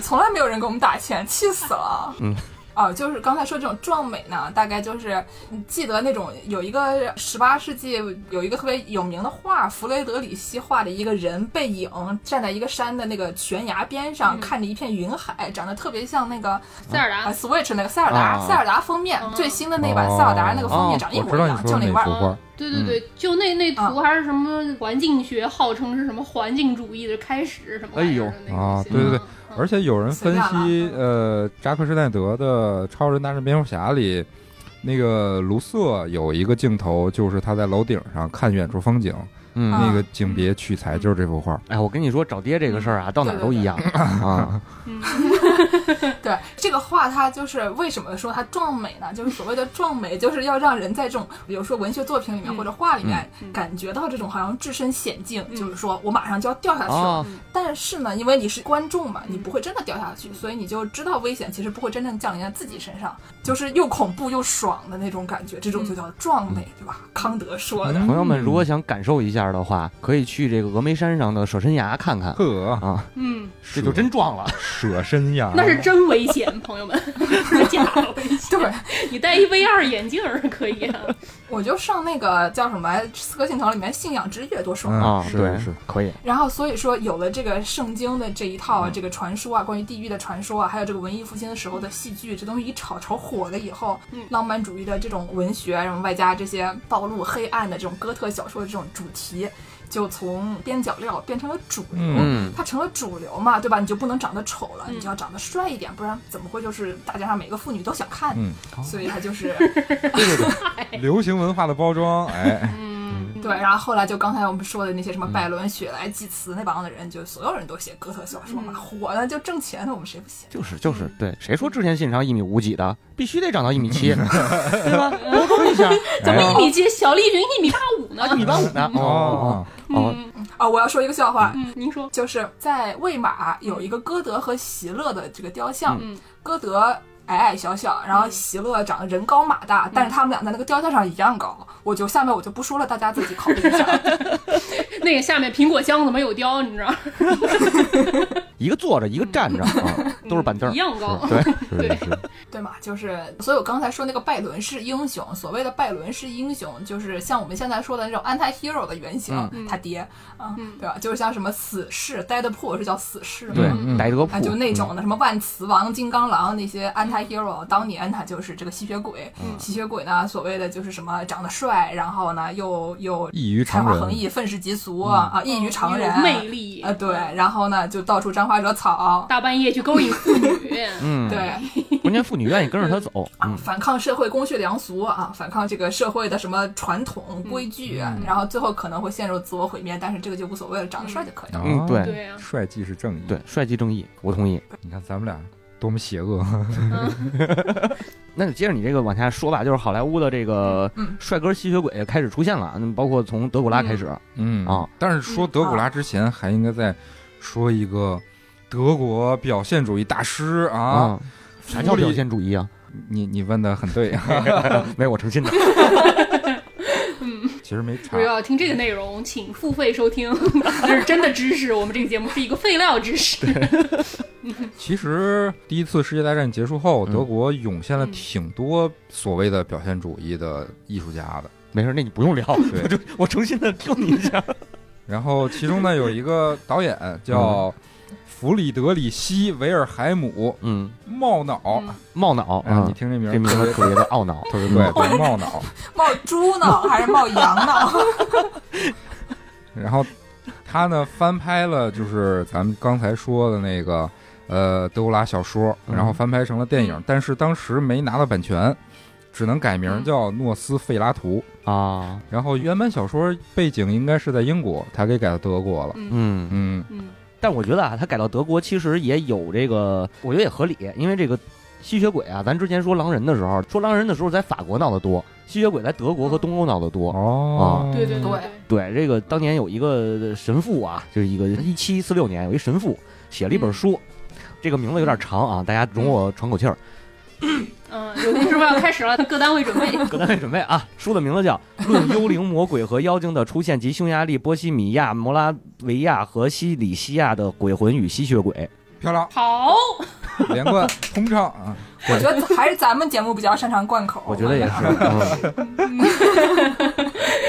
S2: 从来没有人给我们打钱，气死了。
S4: 嗯。
S2: 啊，就是刚才说这种壮美呢，大概就是你记得那种有一个十八世纪有一个特别有名的画，弗雷德里希画的一个人背影站在一个山的那个悬崖边上，
S3: 嗯
S2: 看着一片云海，长得特别像那个
S3: 塞尔
S2: 啊
S3: 达，
S2: Switch 那个塞尔达，
S4: 啊
S2: 塞尔达封面、
S3: 嗯
S2: 最新的那版塞尔达那个封面
S4: 哦
S2: 长一
S5: 哦我
S2: 模
S5: 知
S2: 一
S5: 道
S2: 样，就那
S5: 你说的那
S2: 味儿嗯
S5: 幅。画，
S3: 对对对，就那那图还是什么环境学，号称是什么环境主义的开始什么玩意儿的那
S5: 哎呦
S3: 个东
S5: 啊
S3: 西。
S5: 对对对
S3: 嗯，
S5: 而且有人分析
S2: 随便，了
S5: 呃，扎克施耐德的《超人大战蝙蝠侠》里，那个卢瑟有一个镜头，就是他在楼顶上看远处风景，
S4: 嗯
S2: 啊
S5: 那个景别取材就是这幅画。
S4: 哎，我跟你说，找爹这个事儿啊，到哪儿都一样啊。
S3: 嗯，
S2: 对这个画，它就是为什么说它壮美呢？就是所谓的壮美，就是要让人在这种，比如说文学作品里面
S3: 嗯
S2: 或者画里面，
S3: 嗯
S2: 感觉到这种好像置身险境，
S3: 嗯
S2: 就是说我马上就要掉下去了。
S4: 啊，
S2: 但是呢，因为你是观众嘛，你
S3: 嗯
S2: 不会真的掉下去，所以你就知道危险其实不会真正降临在自己身上，就是又恐怖又爽的那种感觉，这
S3: 嗯
S2: 种就叫壮美，对吧？康德说的。
S5: 嗯
S4: 朋友们，如果想感受一下的话，可以去这个峨眉山上的舍身崖看看
S5: 呵，
S4: 啊，
S3: 嗯，
S4: 这就真撞了。
S5: 舍身呀，
S3: [LAUGHS] 那是真危险，朋友们，不是假的危险。
S2: 对，
S3: 你戴一 VR 眼镜儿可以啊。
S2: 我就上那个叫什么《刺客信条》里面信仰之月多爽啊！
S4: 啊，
S5: 是
S4: 对，
S5: 是
S4: 可以。
S2: 然后所以说有了这个圣经的这一套啊，这个传说啊，关于地狱的传说啊，还有这个文艺复兴的时候的戏剧，这东西一炒炒火了以后
S3: 嗯，
S2: 浪漫主义的这种文学，然后外加这些暴露黑暗的这种哥特小说的这种主题，就从边角料变成了主流。
S4: 嗯
S2: 它成了主流嘛，对吧？你就不能长得丑了，
S3: 嗯
S2: 你就要长得帅一点，不然怎么会就是大街上每个妇女都想看？
S5: 嗯，
S2: 所以它就是
S5: 流行文化的包装，哎，
S3: 嗯，
S2: 对，然后后来就刚才我们说的那些什么拜伦、雪莱、济慈那帮的人，就所有人都写哥特小说嘛，
S3: 嗯
S2: 火了就挣钱了，我们谁不写？
S4: 就是就是，
S5: 嗯
S4: 对，谁说之前信长一米五几的，必须得长到一米
S5: 嗯
S4: 七， [LAUGHS] 对吧？折中一下，
S3: 怎么一米七？小丽群一米八五呢？
S4: 一米八五呢？哦
S5: 哦，
S4: 哦哦，
S3: 嗯
S2: 啊、我要说一个笑话。
S3: 嗯，您说，
S2: [LAUGHS] 就是在魏玛有一个歌德和席勒的这个雕像，
S3: 嗯
S2: 歌德矮矮小小，然后席勒长得人高马大，但
S3: 嗯
S2: 是他们俩在那个雕像上一样高。我就下面我就不说了，大家自己考虑一下。
S3: 那个下面苹果箱子没有雕，你知道，
S4: 一个坐着，一个站着啊，都是板凳
S3: 一，样高。
S4: 对，
S5: 是是，
S2: 对嘛，就是，所以我刚才说那个拜伦式英雄，所谓的拜伦式英雄，就是像我们现在说的那种 anti hero 的原型，
S4: 嗯
S3: 嗯
S2: 他爹啊，
S3: 嗯
S2: 对吧？就是像什么死士、呆的破是叫死士吗？
S4: 对，
S5: 嗯
S4: 白德
S2: 啊，
S4: 普，
S2: 就那种的，什么万磁王、金刚狼那些 anti hero，当年他就是这个吸血鬼。
S3: 嗯
S2: 吸血鬼呢，所谓的就是什么长得帅，然后呢又又
S5: 异于
S2: 才
S5: 常
S2: 华横
S5: 人，
S2: 溢、愤世嫉俗、啊，异于常人，
S3: 有魅力
S2: 啊，对，然后呢就到处沾花惹草，
S3: 大半夜去勾引妇
S4: [LAUGHS]
S3: 女，
S4: 嗯，
S2: 对，，
S4: 关键妇女愿意跟着他走，
S2: 啊，
S4: 嗯，
S2: 反抗社会公序良俗啊，反抗这个社会的什么传统规矩，啊然后最后可能会陷入自我毁灭，但是这个就无所谓了，长得帅就可以了。
S4: 嗯
S5: 啊
S4: 对
S3: 对呀，
S5: 帅即是正义，
S4: 对，，帅气正义，我同意。
S5: 你看咱们俩多么邪恶，
S4: 那就接着你这个往下说吧，就是好莱坞的这个
S2: 嗯
S4: 帅哥吸血鬼开始出现了，那包括从德古拉开始，
S5: 嗯
S4: 啊，
S5: 但是说德古拉之前，还应该再说一个德国表现主义大师啊，
S4: 啊，啥叫表现主义啊？
S5: 你你问的很对， [LAUGHS]
S4: 没有，我澄清的，
S5: 其实没查
S3: 如果，要听这个内容，请付费收听， [LAUGHS] 这是真的知识。我们这个节目是一个废料知识。
S5: 其实第一次世界大战结束后，
S4: 嗯
S5: 德国涌现了
S3: 嗯
S5: 挺多所谓的表现主义的艺术家的。
S4: 没事，那你不用聊，
S5: 对
S4: 我就我诚心的 Q 你一下，
S5: 然后其中呢有一个导演叫弗里德里希·维尔海姆
S4: 嗯，
S5: 茂脑，
S3: 嗯
S4: 冒脑
S5: 哎呀，
S4: 啊
S5: 你，听这名
S4: 这
S5: 儿
S4: 名
S5: 特
S4: 字
S5: 别
S4: 特别的懊恼，
S5: 特别怪，对茂脑。
S2: 冒猪 [LAUGHS] 呢，还是冒羊 [LAUGHS] 呢？
S5: 然后他呢翻拍了就是咱们刚才说的那个呃德古拉小说，
S4: 嗯
S5: 然后翻拍成了电影
S3: 嗯，
S5: 但是当时没拿到版权，只能改名叫诺斯费拉图。
S4: 啊，
S5: 然后原本小说背景应该是在英国，他给改到德国了。
S3: 嗯
S4: 嗯，
S5: 嗯，
S3: 嗯
S4: 但我觉得啊，他改到德国其实也有这个，我觉得也合理，因为这个吸血鬼啊，咱之前说狼人的时候，说狼人的时候在法国闹得多，吸血鬼在德国和东欧闹得多。啊
S5: 哦，
S3: 啊对对
S2: 对
S4: 对，这个当年有一个神父啊，就是一个一七四六年有一神父写了一本书，这个名字有点长啊，大家容我喘口气儿。
S3: 嗯，有的时候要开始了，各单位准备。
S4: 各单位准备啊，书的名字叫《论幽灵、魔鬼和妖精的出现及匈牙利、波西米亚、摩拉维亚和西里西亚的鬼魂与吸血鬼》。
S3: 哦
S5: 漂亮，
S3: 好，
S5: 连贯通畅啊！
S2: 我觉得还是咱们节目比较擅长贯口。啊
S4: 我觉得也是，嗯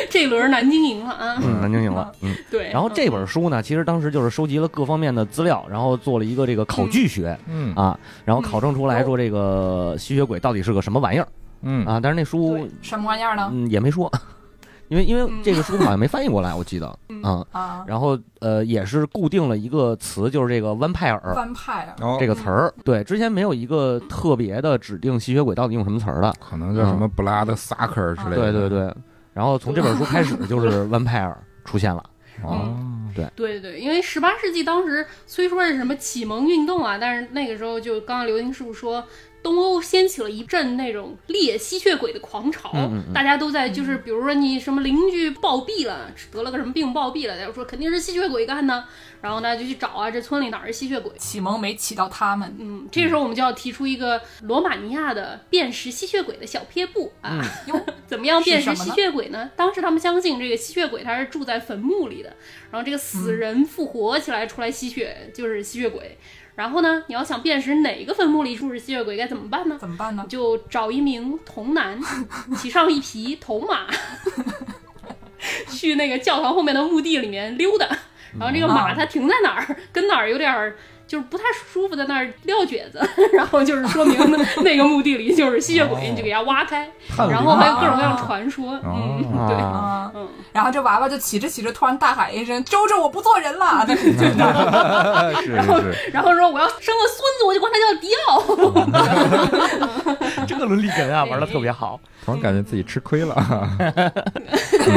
S3: 这轮南京赢了啊！ [LAUGHS]
S4: 嗯，南京赢了，嗯。
S3: 对，
S4: 然后这本书呢，其实当时就是收集了各方面的资料，然后做了一个这个考据学
S5: 嗯
S4: 啊，然后考证出来说这个吸血鬼到底是个什么玩意儿
S5: 嗯
S4: 啊。但是那书
S3: 对
S2: [LAUGHS] 什么玩意儿呢？
S4: 嗯也没说， [LAUGHS] 因为因为
S3: 嗯
S4: 这个书好像没翻译过来，我记得
S3: 嗯
S4: 啊。
S2: 啊，
S4: 然后呃也是固定了一个词，就是这个弯派尔。
S2: 翻派啊，
S5: 然后
S4: 这个词儿，对，之前没有一个特别的指定吸血鬼到底用什么词儿的，
S5: 可能叫什么布拉德萨克之类
S4: 嗯对
S5: 的。
S4: 对对。然后从这本书开始就是 vampire
S6: 出现了。
S5: 哦，
S3: 对对对，因为十八世纪当时虽说是什么启蒙运动啊，但是那个时候就刚刚刘英师傅说，东欧掀起了一阵那种猎吸血鬼的狂潮，
S4: 嗯嗯嗯
S3: 大家都在就是比如说你什么邻居暴毙了，得了个什么病暴毙了，大家说肯定是吸血鬼干的，然后大家就去找啊，这村里哪儿是吸血鬼？
S2: 启蒙没起到他们，
S3: 嗯，这时候我们就要提出一个罗马尼亚的辨识吸血鬼的小撇步 [LAUGHS] 啊，
S2: 哟
S3: 怎么样辨
S2: 是
S3: 识
S2: 什么
S3: 吸
S2: 呢
S3: 血鬼呢？当时他们相信这个吸血鬼他是住在坟墓里的，然后这个死人复活起来出来吸血就是吸血鬼。然后呢，你要想辨识哪个坟墓里住着吸血鬼该怎么办呢？
S2: 怎么办呢？
S3: 就找一名童男， [LAUGHS] 骑上一匹铜马， [LAUGHS] 去那个教堂后面的墓地里面溜达。然后这个马
S2: 嗯
S3: 它停在哪儿，跟哪儿有点儿就是不太舒服，在那儿撂蹶子， [LAUGHS] 然后就是说明那个墓地里就是吸血鬼，你就给它挖开。
S5: 探
S3: 然后还有各种各样
S2: 啊
S3: 传说，嗯，对，
S4: 啊，
S2: 啊，
S3: 嗯，
S2: 然后这娃娃就骑着骑着，突然大喊一声：“周周，我不做人了！”那是真的，
S3: 嗯
S5: [LAUGHS] 是是是，
S3: 然后说我要生个孙子，我就管他叫迪奥。嗯
S6: 这个伦理梗啊，玩的特别好。
S5: 突然感觉自己吃亏了。
S4: [LAUGHS]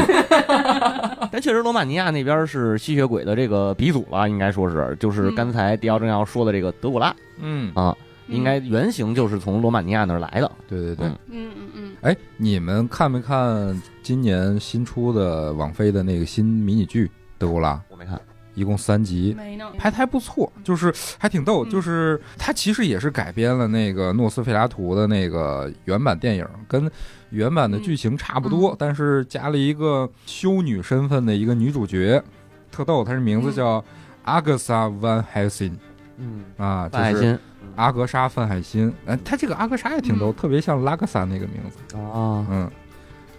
S4: 但确实罗马尼亚那边是吸血鬼的这个鼻祖了，应该说是，就是
S3: 嗯
S4: 刚才迪奥正要说的这个德古拉
S5: 嗯，
S4: 啊，
S3: 嗯
S4: 应该原型就是从罗马尼亚那儿来的。
S5: 对对对
S4: 嗯。
S3: 嗯嗯
S5: [LAUGHS]
S3: 嗯，
S5: 哎，你们看没看今年新出的网飞的那个新迷你剧《德古拉》，
S4: 我没看，
S5: 一共三集，
S3: 没呢。
S5: 还还不错，就是还挺逗，
S3: 嗯
S5: 就是它其实也是改编了那个诺斯费拉图的那个原版电影，跟原版的
S3: 嗯
S5: 剧情差不多，但是加了一个修女身份的一个女主角，特逗，她的名
S3: 嗯
S5: 字叫阿格萨·万海辛
S4: 嗯，
S5: 啊，
S4: 范海
S5: 就是
S4: 辛
S5: 阿格莎·范海辛，呃，她这个阿格莎也挺逗，
S3: 嗯
S5: 特别像拉格萨那个名字，
S4: 啊，
S5: 嗯。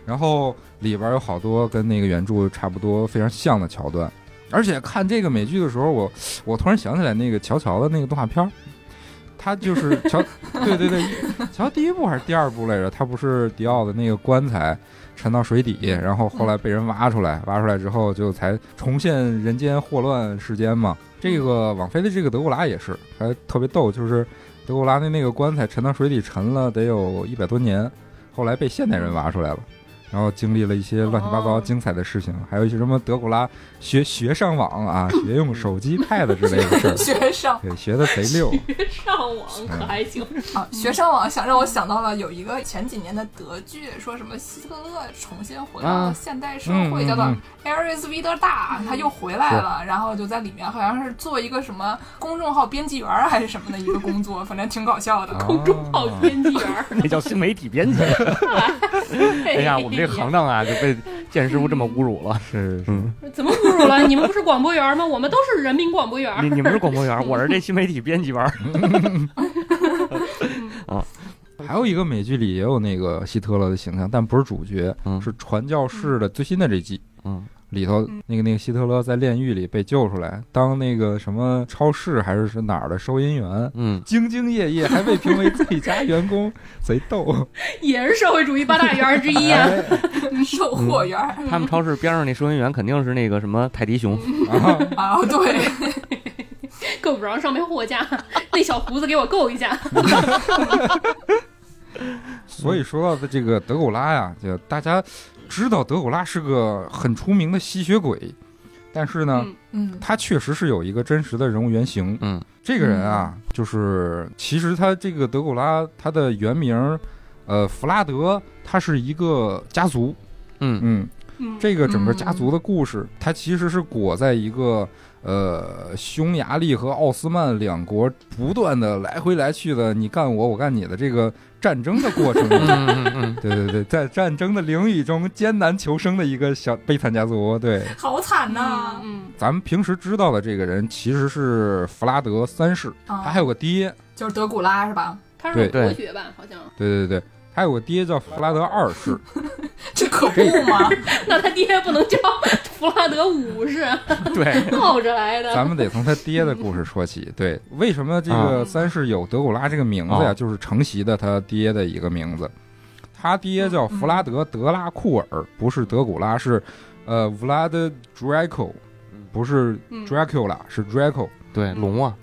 S5: 然后里边有好多跟那个原著差不多非常像的桥段，而且看这个美剧的时候，我我突然想起来那个乔乔的那个动画片儿，他就是乔， [LAUGHS] 对对对，乔第一部还是第二部来着？他不是迪奥的那个棺材沉到水底，然后后来被人挖出来，挖出来之后就才重现人间霍乱世间嘛。这个网飞的这个德古拉也是，还特别逗，就是德古拉的那个棺材沉到水底沉了得有一百多年，后来被现代人挖出来了。然后经历了一些乱七八糟
S3: 哦
S5: 精彩的事情，还有一些什么德古拉学学上网啊，学用手机、pad 之类
S2: [LAUGHS]
S5: 的事儿，
S2: 学上
S5: 对，学的贼溜。
S3: [LAUGHS] 上网可还行，
S2: 啊，
S5: 嗯
S2: 学上网想让我想到了有一个前几年的德剧，说什么希特勒重新回到
S4: 啊
S2: 了现代社会，
S5: 嗯
S2: 叫做
S5: 嗯
S2: Aries Wieder 大，他又回来了，然后就在里面好像是做一个什么公众号编辑员儿还是什么的一个工作，反正挺搞笑
S5: 啊
S2: 的。
S3: 空中好编辑员儿。
S6: 那叫新媒体
S3: [LAUGHS]
S6: 编辑。哎呀，我们这个行当啊，就被剑师傅这么侮辱
S3: [LAUGHS]
S6: 了。
S5: 是，是
S3: 怎么侮辱了？你们不是广播员吗？我们都是人民广播员。
S6: 你你们是广播员，我是这新媒体编辑员。
S5: 还有一个美剧里也有那个希特勒的形象，但不是主角，
S4: 嗯
S5: 是传教士的最新的这季
S4: 嗯，
S5: 里头，那个那个希特勒在炼狱里被救出来，当那个什么超市还是是哪儿的收银员，
S4: 嗯，
S5: 兢兢业业，还被评为最佳员工，贼
S4: [LAUGHS]
S5: 逗。
S3: 也是社会主义八大员儿之一
S5: [LAUGHS]
S3: 啊。
S2: 售货员儿
S4: 他们超市边上那收银员肯定是那个什么泰迪熊，
S5: 啊，
S2: 啊，对，
S5: 哎
S3: 够不着上面货架，那小胡子给我够一下。
S5: 所以说到的这个德古拉呀，就大家知道德古拉是个很出名的吸血鬼，但是呢，
S3: 嗯
S2: [LAUGHS] 嗯，
S5: 他确实是有一个真实的人物原型。
S4: 嗯，
S5: 这个人啊，就是其实他这个德古拉，他的原名，呃，弗拉德，他是一个家族。
S4: 嗯
S5: 嗯，
S3: 嗯，
S5: 这个整个家族的故事，它其实是裹在一个呃匈牙利和奥斯曼两国不断的来回来去的你干我我干你的这个战争的过程中。
S4: 嗯嗯嗯，
S5: 对对对，在战争的领域中艰难求生的一个小悲惨家族，对。
S2: 好惨呐、
S3: 嗯，
S5: 咱们平时知道的这个人其实是弗拉德三世，
S2: 啊
S5: 他还有个爹，
S2: 就是德古拉是吧？
S3: 他是
S4: 对
S3: 国学吧？好像。
S5: 对对对，他有个爹叫弗拉德二世，
S2: 这可不嘛，
S3: [LAUGHS] 那他爹不能叫弗拉德五世，
S6: [LAUGHS]
S5: 嗯
S4: 对，
S3: 冒着来
S5: 咱
S3: 的。
S5: 们得从他爹的故事说起。对，为什么这个
S3: 啊
S5: 三世有德古拉这个名字呀？
S4: 哦
S5: 就是承袭的他爹的一个名字，他爹叫弗拉德·德拉库尔，不是德古拉，是呃 Vlad Draco，
S4: 嗯
S5: 不是
S3: 嗯
S5: Dracula，是 Draco。
S4: 对龙啊，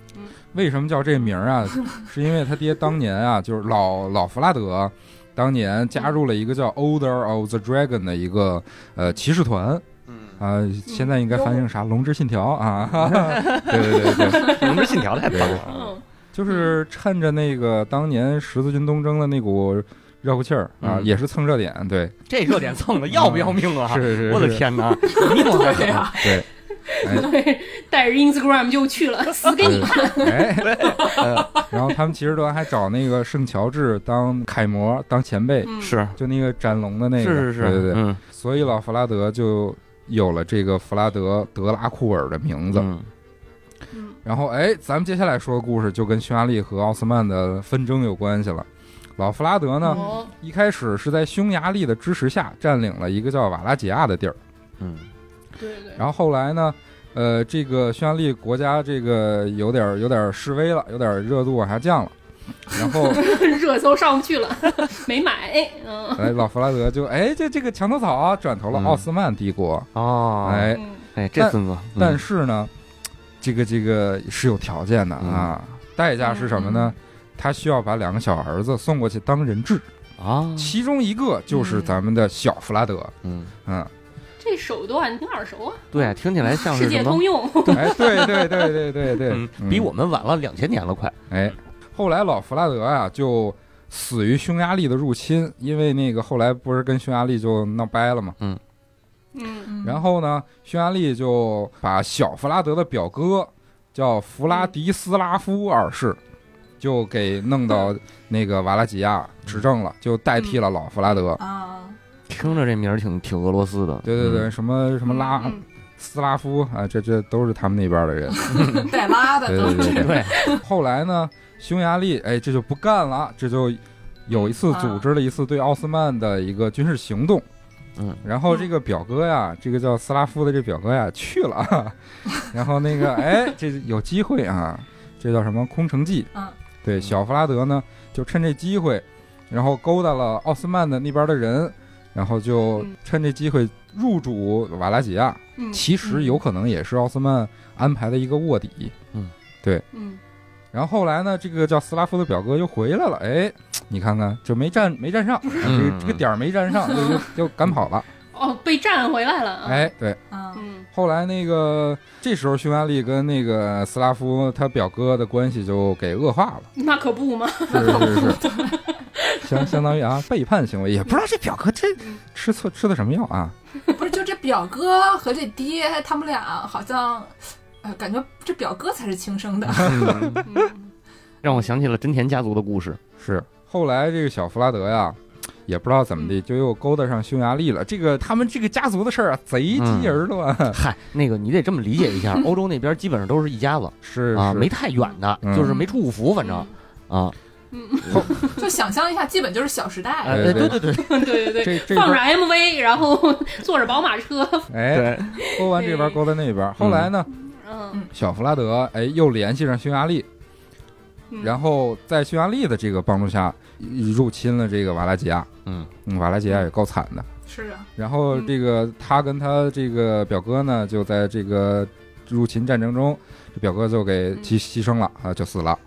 S5: 为什么叫这名儿啊？是因为他爹当年啊，就是老老弗拉德啊，当年加入了一个叫 Order of the Dragon 的一个呃骑士团，
S4: 嗯
S5: 啊，现在应该翻译成啥？《龙之信条》啊，对对对对，
S6: 《龙之信条》太棒了。
S3: 嗯，
S5: 就是趁着那个当年十字军东征的那股热乎气儿啊，
S6: 嗯
S5: 也是蹭热点，对，嗯
S6: 这热点蹭的要不要命啊？
S5: 是是，
S6: 我的
S5: 是，
S6: 天
S5: [LAUGHS]
S6: 哪！你我的
S2: 对呀、
S5: 对，嗯
S3: 对， [LAUGHS] 带着 Instagram 就去
S5: [LAUGHS]
S3: 了，死给你看。
S5: 哎，然后他们其实都还找那个圣乔治当楷模当前辈，
S3: 嗯，
S6: 是
S5: 就那个斩龙的那个，
S6: 是是是，
S5: 对对对，
S6: 嗯
S5: 所以老弗拉德就有了这个弗拉德德拉库尔的名字。
S6: 嗯
S3: 嗯
S5: 然后，哎，咱们接下来说的故事就跟匈牙利和奥斯曼的纷争有关系了。老弗拉德呢，
S3: 哦，
S5: 一开始是在匈牙利的支持下占领了一个叫瓦拉吉亚的地儿，
S6: 嗯，
S3: 对对对， [LAUGHS]
S5: 然后后来呢，呃，这个匈牙利国家这个有点有点示威了，有点热度往下降了。然后，
S3: 热搜上不去了， [LAUGHS] 没买。嗯
S5: 哎，老弗拉德就哎，这这个墙头草啊，转投了
S6: 嗯
S5: 奥斯曼帝国。
S6: 哦，
S5: 哎，
S3: 嗯，
S6: 哎，这孙子，
S5: 但是呢，这个这个是有条件的啊，代价是什么呢？他需要把两个小儿子送过去当人质，
S6: 嗯啊，
S5: 其中一个就是咱们的小弗拉德，
S6: 嗯，
S5: 嗯，
S3: 这手段挺耳熟啊，
S6: 对，听起来像
S3: 世
S6: 是
S3: 界
S6: 什
S3: 通
S6: 么？
S3: 用。
S5: 哎，对对对对对对，
S6: 嗯，
S5: 嗯
S6: 比我们晚了两千年了，快。
S5: 哎，后来老弗拉德啊就死于匈牙利的入侵，因为那个后来不是跟匈牙利就闹掰了嘛，
S3: 嗯，
S2: 嗯
S5: [LAUGHS] 然后呢，匈牙利就把小弗拉德的表哥叫弗拉迪斯拉夫二世，就给弄到那个瓦拉吉亚执政了，就代替了老弗拉德。
S2: 啊，
S6: 听着这名儿挺挺俄罗斯的，
S5: 对对对，什么什么拉
S3: 嗯
S5: 斯拉夫啊，这这都是他们那边的人。
S2: 带拉的
S5: 对
S2: 都
S5: 对
S2: 是
S5: 对
S6: 嗯，
S4: [LAUGHS]
S6: 对，
S5: 后来呢，匈牙利哎这就不干了，这就有一次组织了一次对奥斯曼的一个军事行动。
S6: 嗯，
S5: 然后这个表哥呀，这个叫斯拉夫的这表哥呀去了，然后那个哎，这有机会啊，这叫什么空城计？
S2: 嗯，
S5: 对，小弗拉德呢就趁这机会，然后勾搭了奥斯曼的那边的人，然后就
S3: 嗯
S5: 趁这机会入主瓦拉吉亚。
S3: 嗯
S5: 其实有可能也是奥斯曼安排的一个卧底。
S3: 嗯
S5: 然后后来呢，这个叫斯拉夫的表哥又回来了，哎，你看看这没站没站上，啊这
S6: 嗯
S5: 个这个点儿没站上，就就就赶跑了。
S3: 哦，被占回来了啊。
S5: 哎，对，
S2: 嗯
S3: 嗯，
S5: 后来那个这时候匈牙利跟那个斯拉夫他表哥的关系就给恶化了，
S3: 那可不嘛。
S5: 是
S6: [LAUGHS]
S5: 是是是，相相当于啊背叛行为，也不知道这表哥这吃错吃的什么药啊？
S2: 不是就这表哥和这爹，他们俩好像，呃，感觉这表哥才是亲生的，
S3: 嗯
S6: [LAUGHS] 让我想起了真田家族的故事。
S5: 是后来这个小弗拉德呀。也不知道怎么
S6: 嗯
S5: 的，就又勾搭上匈牙利了。这个他们这个家族的事儿啊，贼
S6: 嗯
S5: 鸡人乱。
S6: 嗨，那个你得这么理解一
S4: [LAUGHS]
S6: 下，欧洲那边基本上都是一家子
S5: 是
S6: 啊，
S5: 是
S6: 没太远的，
S5: 嗯
S6: 就是没出五福，反正
S4: 嗯
S6: 啊，
S2: 就想象一下，基本就是《小时代
S6: 哎，
S5: 对
S6: 对对对对
S3: 嗯 [LAUGHS] 对对对，
S5: 这这边
S3: 放着 MV，然后 [LAUGHS] 坐着宝马车，
S5: 哎，
S6: 对，
S5: 勾完这边勾到那边。后来呢，
S3: 嗯，
S5: 小弗拉德哎又联系上匈牙利，
S3: 嗯
S5: 然后在匈牙利的这个帮助下，入侵了这个瓦拉吉亚。
S6: 嗯
S5: 嗯，瓦拉吉亚也够惨的。
S2: 是
S5: [LAUGHS]
S2: 啊，
S5: 然后
S3: 嗯
S5: 这个他跟他这个表哥呢，就在这个入侵战争中，这表哥就给
S3: 嗯
S5: 牺牺牲了啊，就
S3: [LAUGHS]
S5: 死了。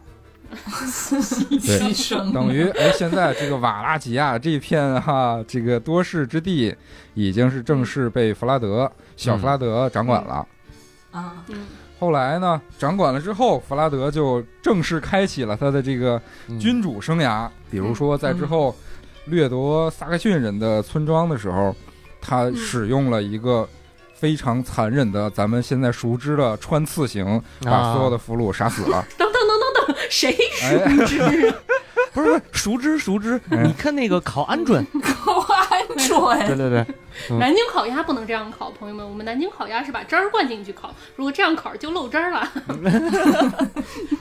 S2: 牺牲
S5: 等于哎，现在这个瓦拉吉亚这片哈、这个多事之地，已经是
S3: 嗯
S5: 正式被弗拉德小弗拉德掌管了。
S2: 啊，
S3: 嗯
S5: 后来呢，掌管了之后，弗拉德就正式开启了他的这个
S6: 嗯
S5: 君主生涯。比如说，在之后掠夺萨克逊人的村庄的时候，他使用了一个非常残忍的咱们现在熟知的穿刺刑，把
S6: 啊
S5: 所有的俘虏杀死
S6: [LAUGHS]
S5: 了。
S3: 等等等等等，谁熟
S5: 哎
S3: 知
S5: [LAUGHS]
S3: 啊？
S6: 不是不是熟知熟知，
S5: 嗯
S6: 你看那个烤鹌鹑，
S2: 花
S6: 对
S2: 准，
S6: 对对，
S3: 南京烤鸭不能这样烤，朋友们，我们南京烤鸭是把汁儿灌进去烤，如果这样烤就漏汁儿了。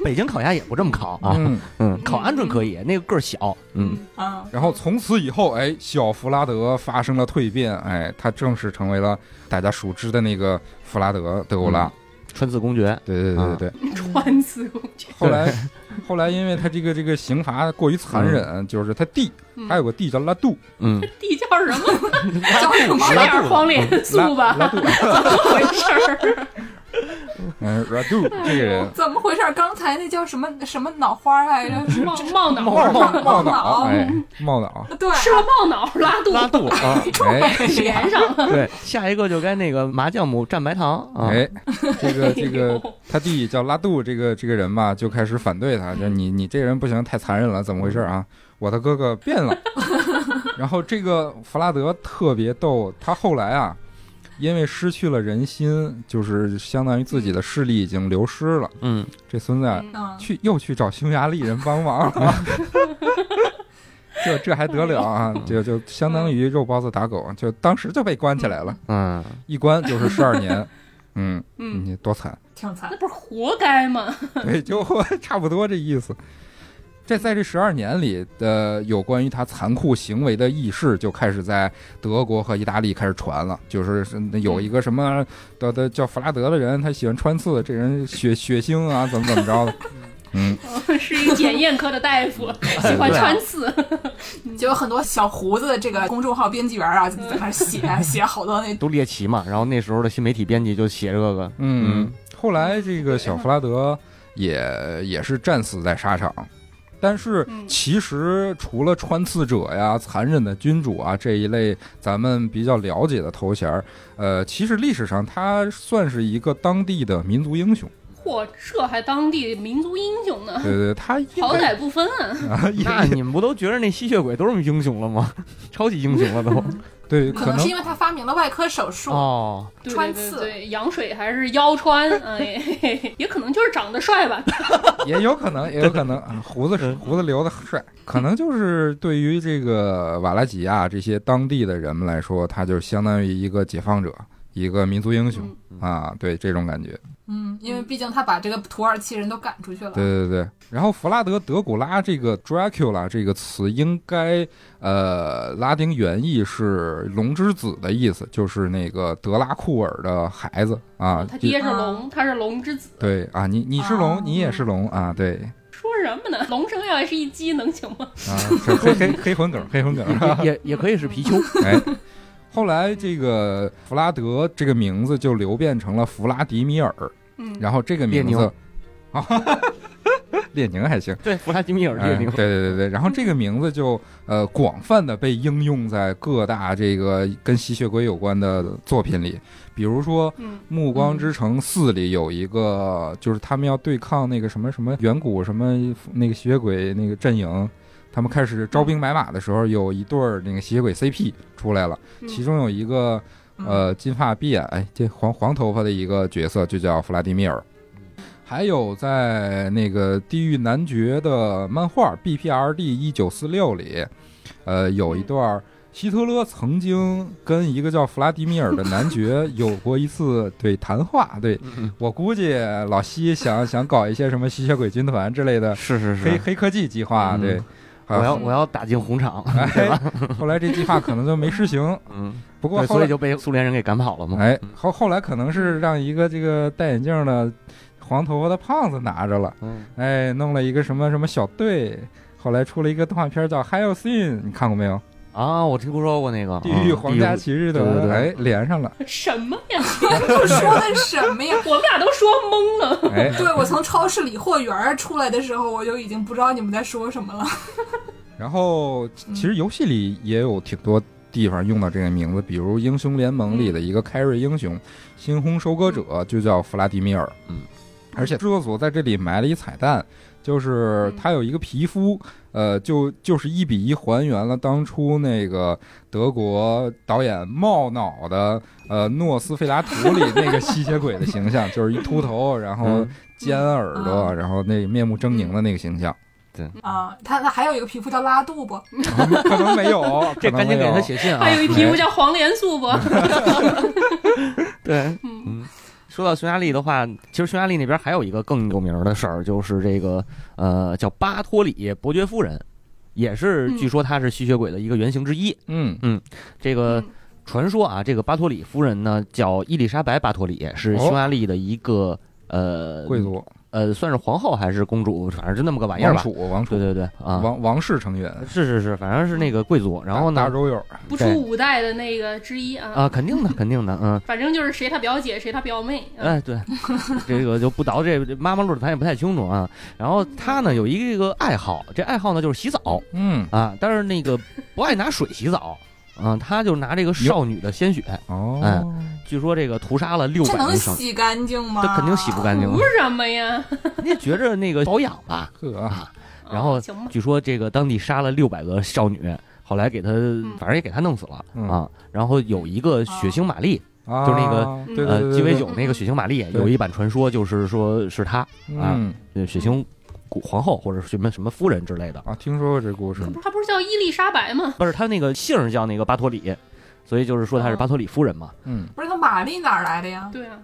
S6: 北京烤鸭也不这么烤啊，
S5: 嗯，
S6: 嗯，烤鹌鹑可以，那个个儿小，嗯，
S2: 啊，
S5: 然后从此以后，哎，小弗拉德发生了蜕变，哎，他正式成为了大家熟知的那个弗拉德德古拉。
S6: 嗯穿刺公爵，
S5: 对对对对对。
S6: 啊
S3: 穿刺工具，
S5: 后来，后来因为他这个这个刑罚过于残忍，就是他弟
S3: 嗯
S5: 还有个弟叫拉杜，
S6: 嗯，
S3: 地叫什
S5: [LAUGHS]
S3: 么？
S2: 叫什么
S3: 吃
S2: 呀？
S3: 点黄连素吧
S5: 拉，拉杜，
S3: 怎么回事儿？
S5: 嗯，Radu 这个人
S2: 怎么回事？刚才那叫什么什么脑花啊来着？
S3: 冒冒脑，
S5: 冒冒
S2: 冒
S5: 脑，
S2: 脑
S5: 哎，冒脑，
S2: 对，
S3: 吃了冒脑拉肚
S4: 拉
S3: 子，
S4: 肚啊！
S5: 哎
S3: 连上了。
S4: 对，下一个就该那个麻酱母蘸白糖啊！
S5: 哎，这个这
S3: 哎
S5: 个
S3: 呦
S5: 他弟叫拉杜，这个这个人吧，就开始反对他，就是你你这人不行，太残忍了，怎么回事啊？我的哥哥变了。然后这个弗拉德特别逗，他后来啊，因为失去了人心，就是相当于自己的势力已经流失了，
S4: 嗯，
S5: 这孙子啊
S2: 嗯，
S5: [LAUGHS] 去又去找匈牙利人帮忙 [LAUGHS] 了。这这还得了啊！就就相当于肉包子打狗，就当时就被关起来了，
S4: 嗯，
S5: 一关就是十二年，嗯，
S3: 嗯，
S5: 你多惨！
S2: 挺惨
S3: 那。不是活该吗？
S5: 对，就差不多这意思。这在这十二年里的呃有关于他残酷行为的轶事，就开始在德国和意大利开始传了。就是是那有一个什么的的叫弗拉德的人，他喜欢穿刺，这人血血腥啊，怎么怎么着的。嗯，
S3: [LAUGHS] 是一检验科的大
S4: [LAUGHS]
S3: 夫，
S4: 哎
S3: 喜
S4: 啊
S3: 欢穿刺。
S2: 就有很多小胡子的这个公众号编辑员啊，就在那儿写写好多那
S4: 都猎奇嘛。然后那时候的新媒体编辑就写
S6: [LAUGHS]
S4: 这个，
S5: 嗯
S4: 嗯，
S5: 后来这个小弗拉德也也是战死在沙场，但是
S3: 嗯
S5: 其实除了穿刺者呀、残忍的君主啊这一类咱们比较了解的头衔儿，呃，其实历史上他算是一个当地的民
S3: [LAUGHS]
S5: 族英雄。
S3: 嚯，这还当地民族英雄呢，
S5: 对对，他应
S3: 好
S5: 该
S3: 歹不分啊。
S5: 啊 [LAUGHS] 也
S4: 那你们不都觉得那吸血鬼都是英雄了吗？ [LAUGHS] 超级英雄了都。
S6: [LAUGHS]
S5: 对，
S2: 可
S5: 可
S2: 能
S5: 能
S2: 是因为他发明了外科手术，
S4: 哦，
S3: 对
S2: 穿
S3: 对
S2: 刺
S3: 对对，羊水还是腰穿，哎， [LAUGHS] 嘿嘿嘿也可能就是长得帅吧。
S5: [LAUGHS] 也有可能，也有可能，啊胡子
S4: 嗯
S5: 胡子留的帅，可能就是对于这个瓦拉吉亚这些当地的人们来说，他就相当于一个解放者，一个民族英雄
S3: 嗯
S5: 啊，对这种感觉，
S2: 嗯，因为毕竟他把这个土耳其人都赶出去了，
S5: 对对对。然后弗拉德·德古拉这个 Dracula 这个词，应该呃拉丁原意是龙之子的意思，就是那个德拉库尔的孩子啊，
S3: 哦他
S5: 也
S3: 爹是哦龙，他是龙之子，
S5: 对啊，你你是龙，
S2: 啊
S5: 你也是龙啊，对
S3: 说什么呢？龙生要是一鸡能行吗？ [LAUGHS]
S5: 啊，这黑黑黑魂梗，黑魂梗。
S4: 也也也可以是貔貅。
S5: 哎，后来这个弗拉德这个名字就流变成了弗拉迪米尔，
S3: 嗯，
S5: 然后这个名
S4: 列
S5: 字
S4: 宁，
S5: 啊， [LAUGHS] 列宁还行，
S4: 对，弗拉基米尔列
S5: 哎
S4: 宁
S5: 对。对对对，然后这个名字就呃广泛的被应用在各大这个跟吸血鬼有关的作品里，比如说《
S3: 嗯
S5: 暮光之城四》里有一个，就是他们要对抗那个什么什么远古什么那个吸血鬼那个阵营。他们开始招兵买马的时候，有一对儿那个吸血鬼 CP 出来了，
S3: 嗯
S5: 其中有一个
S2: 嗯
S5: 呃金发碧眼哎这黄黄头发的一个角色就叫弗拉迪米尔，还有在那个《地狱男爵》的漫画 BPRD 一九四六里，呃有一段儿希特勒曾经跟一个叫弗拉迪米尔的
S4: [LAUGHS]
S5: 男爵有过一次对谈话，对
S4: 嗯
S5: 我估计老希想想搞一些什么吸血鬼军团之类的
S4: 是是
S5: 黑
S4: 是，
S5: 黑科技计划，
S4: 嗯
S5: 对，
S4: 我要我要打进红场，
S5: 哎，后来这计划可能就没
S4: [LAUGHS]
S5: 实行，
S4: 嗯，
S5: 不过
S4: 对，
S5: 后
S4: 所
S5: 来
S4: 以嗯就被苏联人给赶跑了嘛。
S5: 哎，后后来可能是让一个这个戴眼镜的黄头发的胖子拿着了，
S4: 嗯，
S5: 哎，弄了一个什么什么小队。后来出了一个动画片叫《h y l Sin》，你看过没有？
S4: 啊，我听说过那个
S5: 地狱皇家骑士
S4: 对对
S5: 团，
S4: 对
S5: 哎，连
S4: [LAUGHS]
S5: 上了，
S3: 什么呀？
S2: 这 [LAUGHS] 说的什么呀？
S3: 我们俩都说懵了。
S5: 哎， [LAUGHS]
S2: 对我从超市理货员儿出来的时候，我就已经不知道你们在说什么了。
S5: 然后其其实游戏里也有挺多地方用到这个名字，比如《英雄联盟》里的一个凯瑞英雄，新红收割者就叫弗拉迪米尔。
S4: 嗯，
S5: 而且制作组在这里埋了一彩蛋，就是
S3: 嗯
S5: 他有一个皮肤，呃，就就是一比一还原了当初那个德国导演冒脑的呃诺斯费拉图里那个吸血鬼的形象，就是一秃头，然后
S4: 嗯
S5: 尖耳朵，
S2: 嗯
S5: 然后那面目狰狞的那个形象。
S2: 啊，他他还有一个皮肤叫拉杜不？
S5: 可能没有，
S4: [LAUGHS] 这
S5: 可
S4: 赶
S5: 能
S4: 紧
S5: 没
S4: 给
S5: 有
S4: 他写信啊！嗯
S3: 还有一题目叫黄连素不？
S4: 对，
S3: 嗯
S4: 说到匈牙利的话，其实匈牙利那边还有一个更有名的事儿，就是这个呃叫巴托里伯爵夫人，也是
S3: 嗯
S4: 据说她是吸血鬼的一个原型之一。
S5: 嗯
S4: 这个
S3: 嗯
S4: 传说啊，这个巴托里夫人呢叫伊丽莎白·巴托里，是匈牙利的一个、呃
S5: 哦贵族，
S4: 呃，算是皇后还是公主，反正就那么个玩意儿
S5: 王
S4: 吧。
S5: 储，王
S4: 对
S5: 储，
S4: 对对，啊，
S5: 王王室成员，
S4: 是是是，反正是那个贵族。然后
S5: 大
S4: 呢，
S5: 周友，
S3: 不
S4: 对
S3: 出五代的那个之一啊。
S4: 啊，肯定的，肯定的，嗯。
S3: 反正就是谁他表姐，谁他表妹。嗯
S4: 哎，对， [LAUGHS] 这个就不倒这这妈妈路，咱也不太清楚啊。然后他呢有一个爱好，这爱好呢就是洗澡
S5: 嗯，
S4: 啊，但是那个不爱拿水洗澡啊，他就拿这个少女的鲜血，
S5: 哦
S4: 哎，据说这个屠杀了六
S2: 这
S4: 百
S2: 能
S4: 名少女，
S2: 洗干净吗？
S4: 这肯定洗不干
S3: 嗯
S4: 净啊
S3: 图
S4: 了。
S3: 什么呀？
S4: 你也觉着那个保养吧？
S5: 呵，
S4: 然后
S3: 啊行吧，
S4: 据说这个当地杀了六百个少女，后来给他反正也给他弄死了
S5: 嗯
S4: 啊。然后有一
S2: 哦
S4: 个血腥玛丽，
S5: 啊
S4: 就是那个
S5: 对对
S4: 呃，
S5: 对
S4: 鸡尾
S5: 对
S4: 酒那个血腥玛丽
S5: 对
S4: 有一版传说就是说是她。啊
S5: 嗯
S4: 呃血腥古皇后或者什么什么夫人之类的，
S5: 啊，听说过这故事，
S4: 嗯
S3: 她不是叫伊丽莎白吗？
S4: 不是她那个姓儿叫那个巴托里，所以就是说她是巴托里夫人嘛。
S5: 嗯，
S2: 不是他玛丽哪儿来的呀？
S3: 对啊，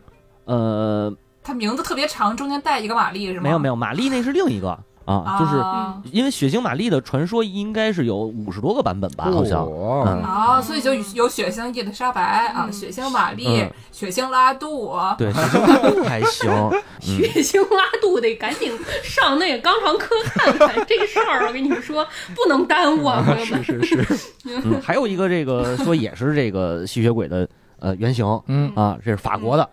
S4: 呃，
S2: 他名字特别长，中间带一个玛丽是吗？
S4: 没有没
S2: 有，
S4: 有，玛丽那是另一个啊，
S2: 啊、
S4: 就是因为血腥玛丽的传说应该是有五十多个版本吧，好像。
S5: 哦
S4: 嗯
S2: 啊，所以就有血腥伊丽莎白、啊，
S3: 嗯
S2: 血腥玛丽、
S4: 嗯
S2: 血腥拉杜，
S4: 对，血腥玛丽还
S5: [LAUGHS]
S4: 行，嗯
S3: 血腥拉肚得赶紧上那个肛肠科看看这个事儿。我跟你们说，不能耽误啊，朋友们。
S4: [LAUGHS]
S5: 是是是，
S4: 嗯，还有一个这
S3: [LAUGHS]
S4: 个说也是这个吸血鬼的呃原型
S5: 嗯，
S4: 啊，这是法国的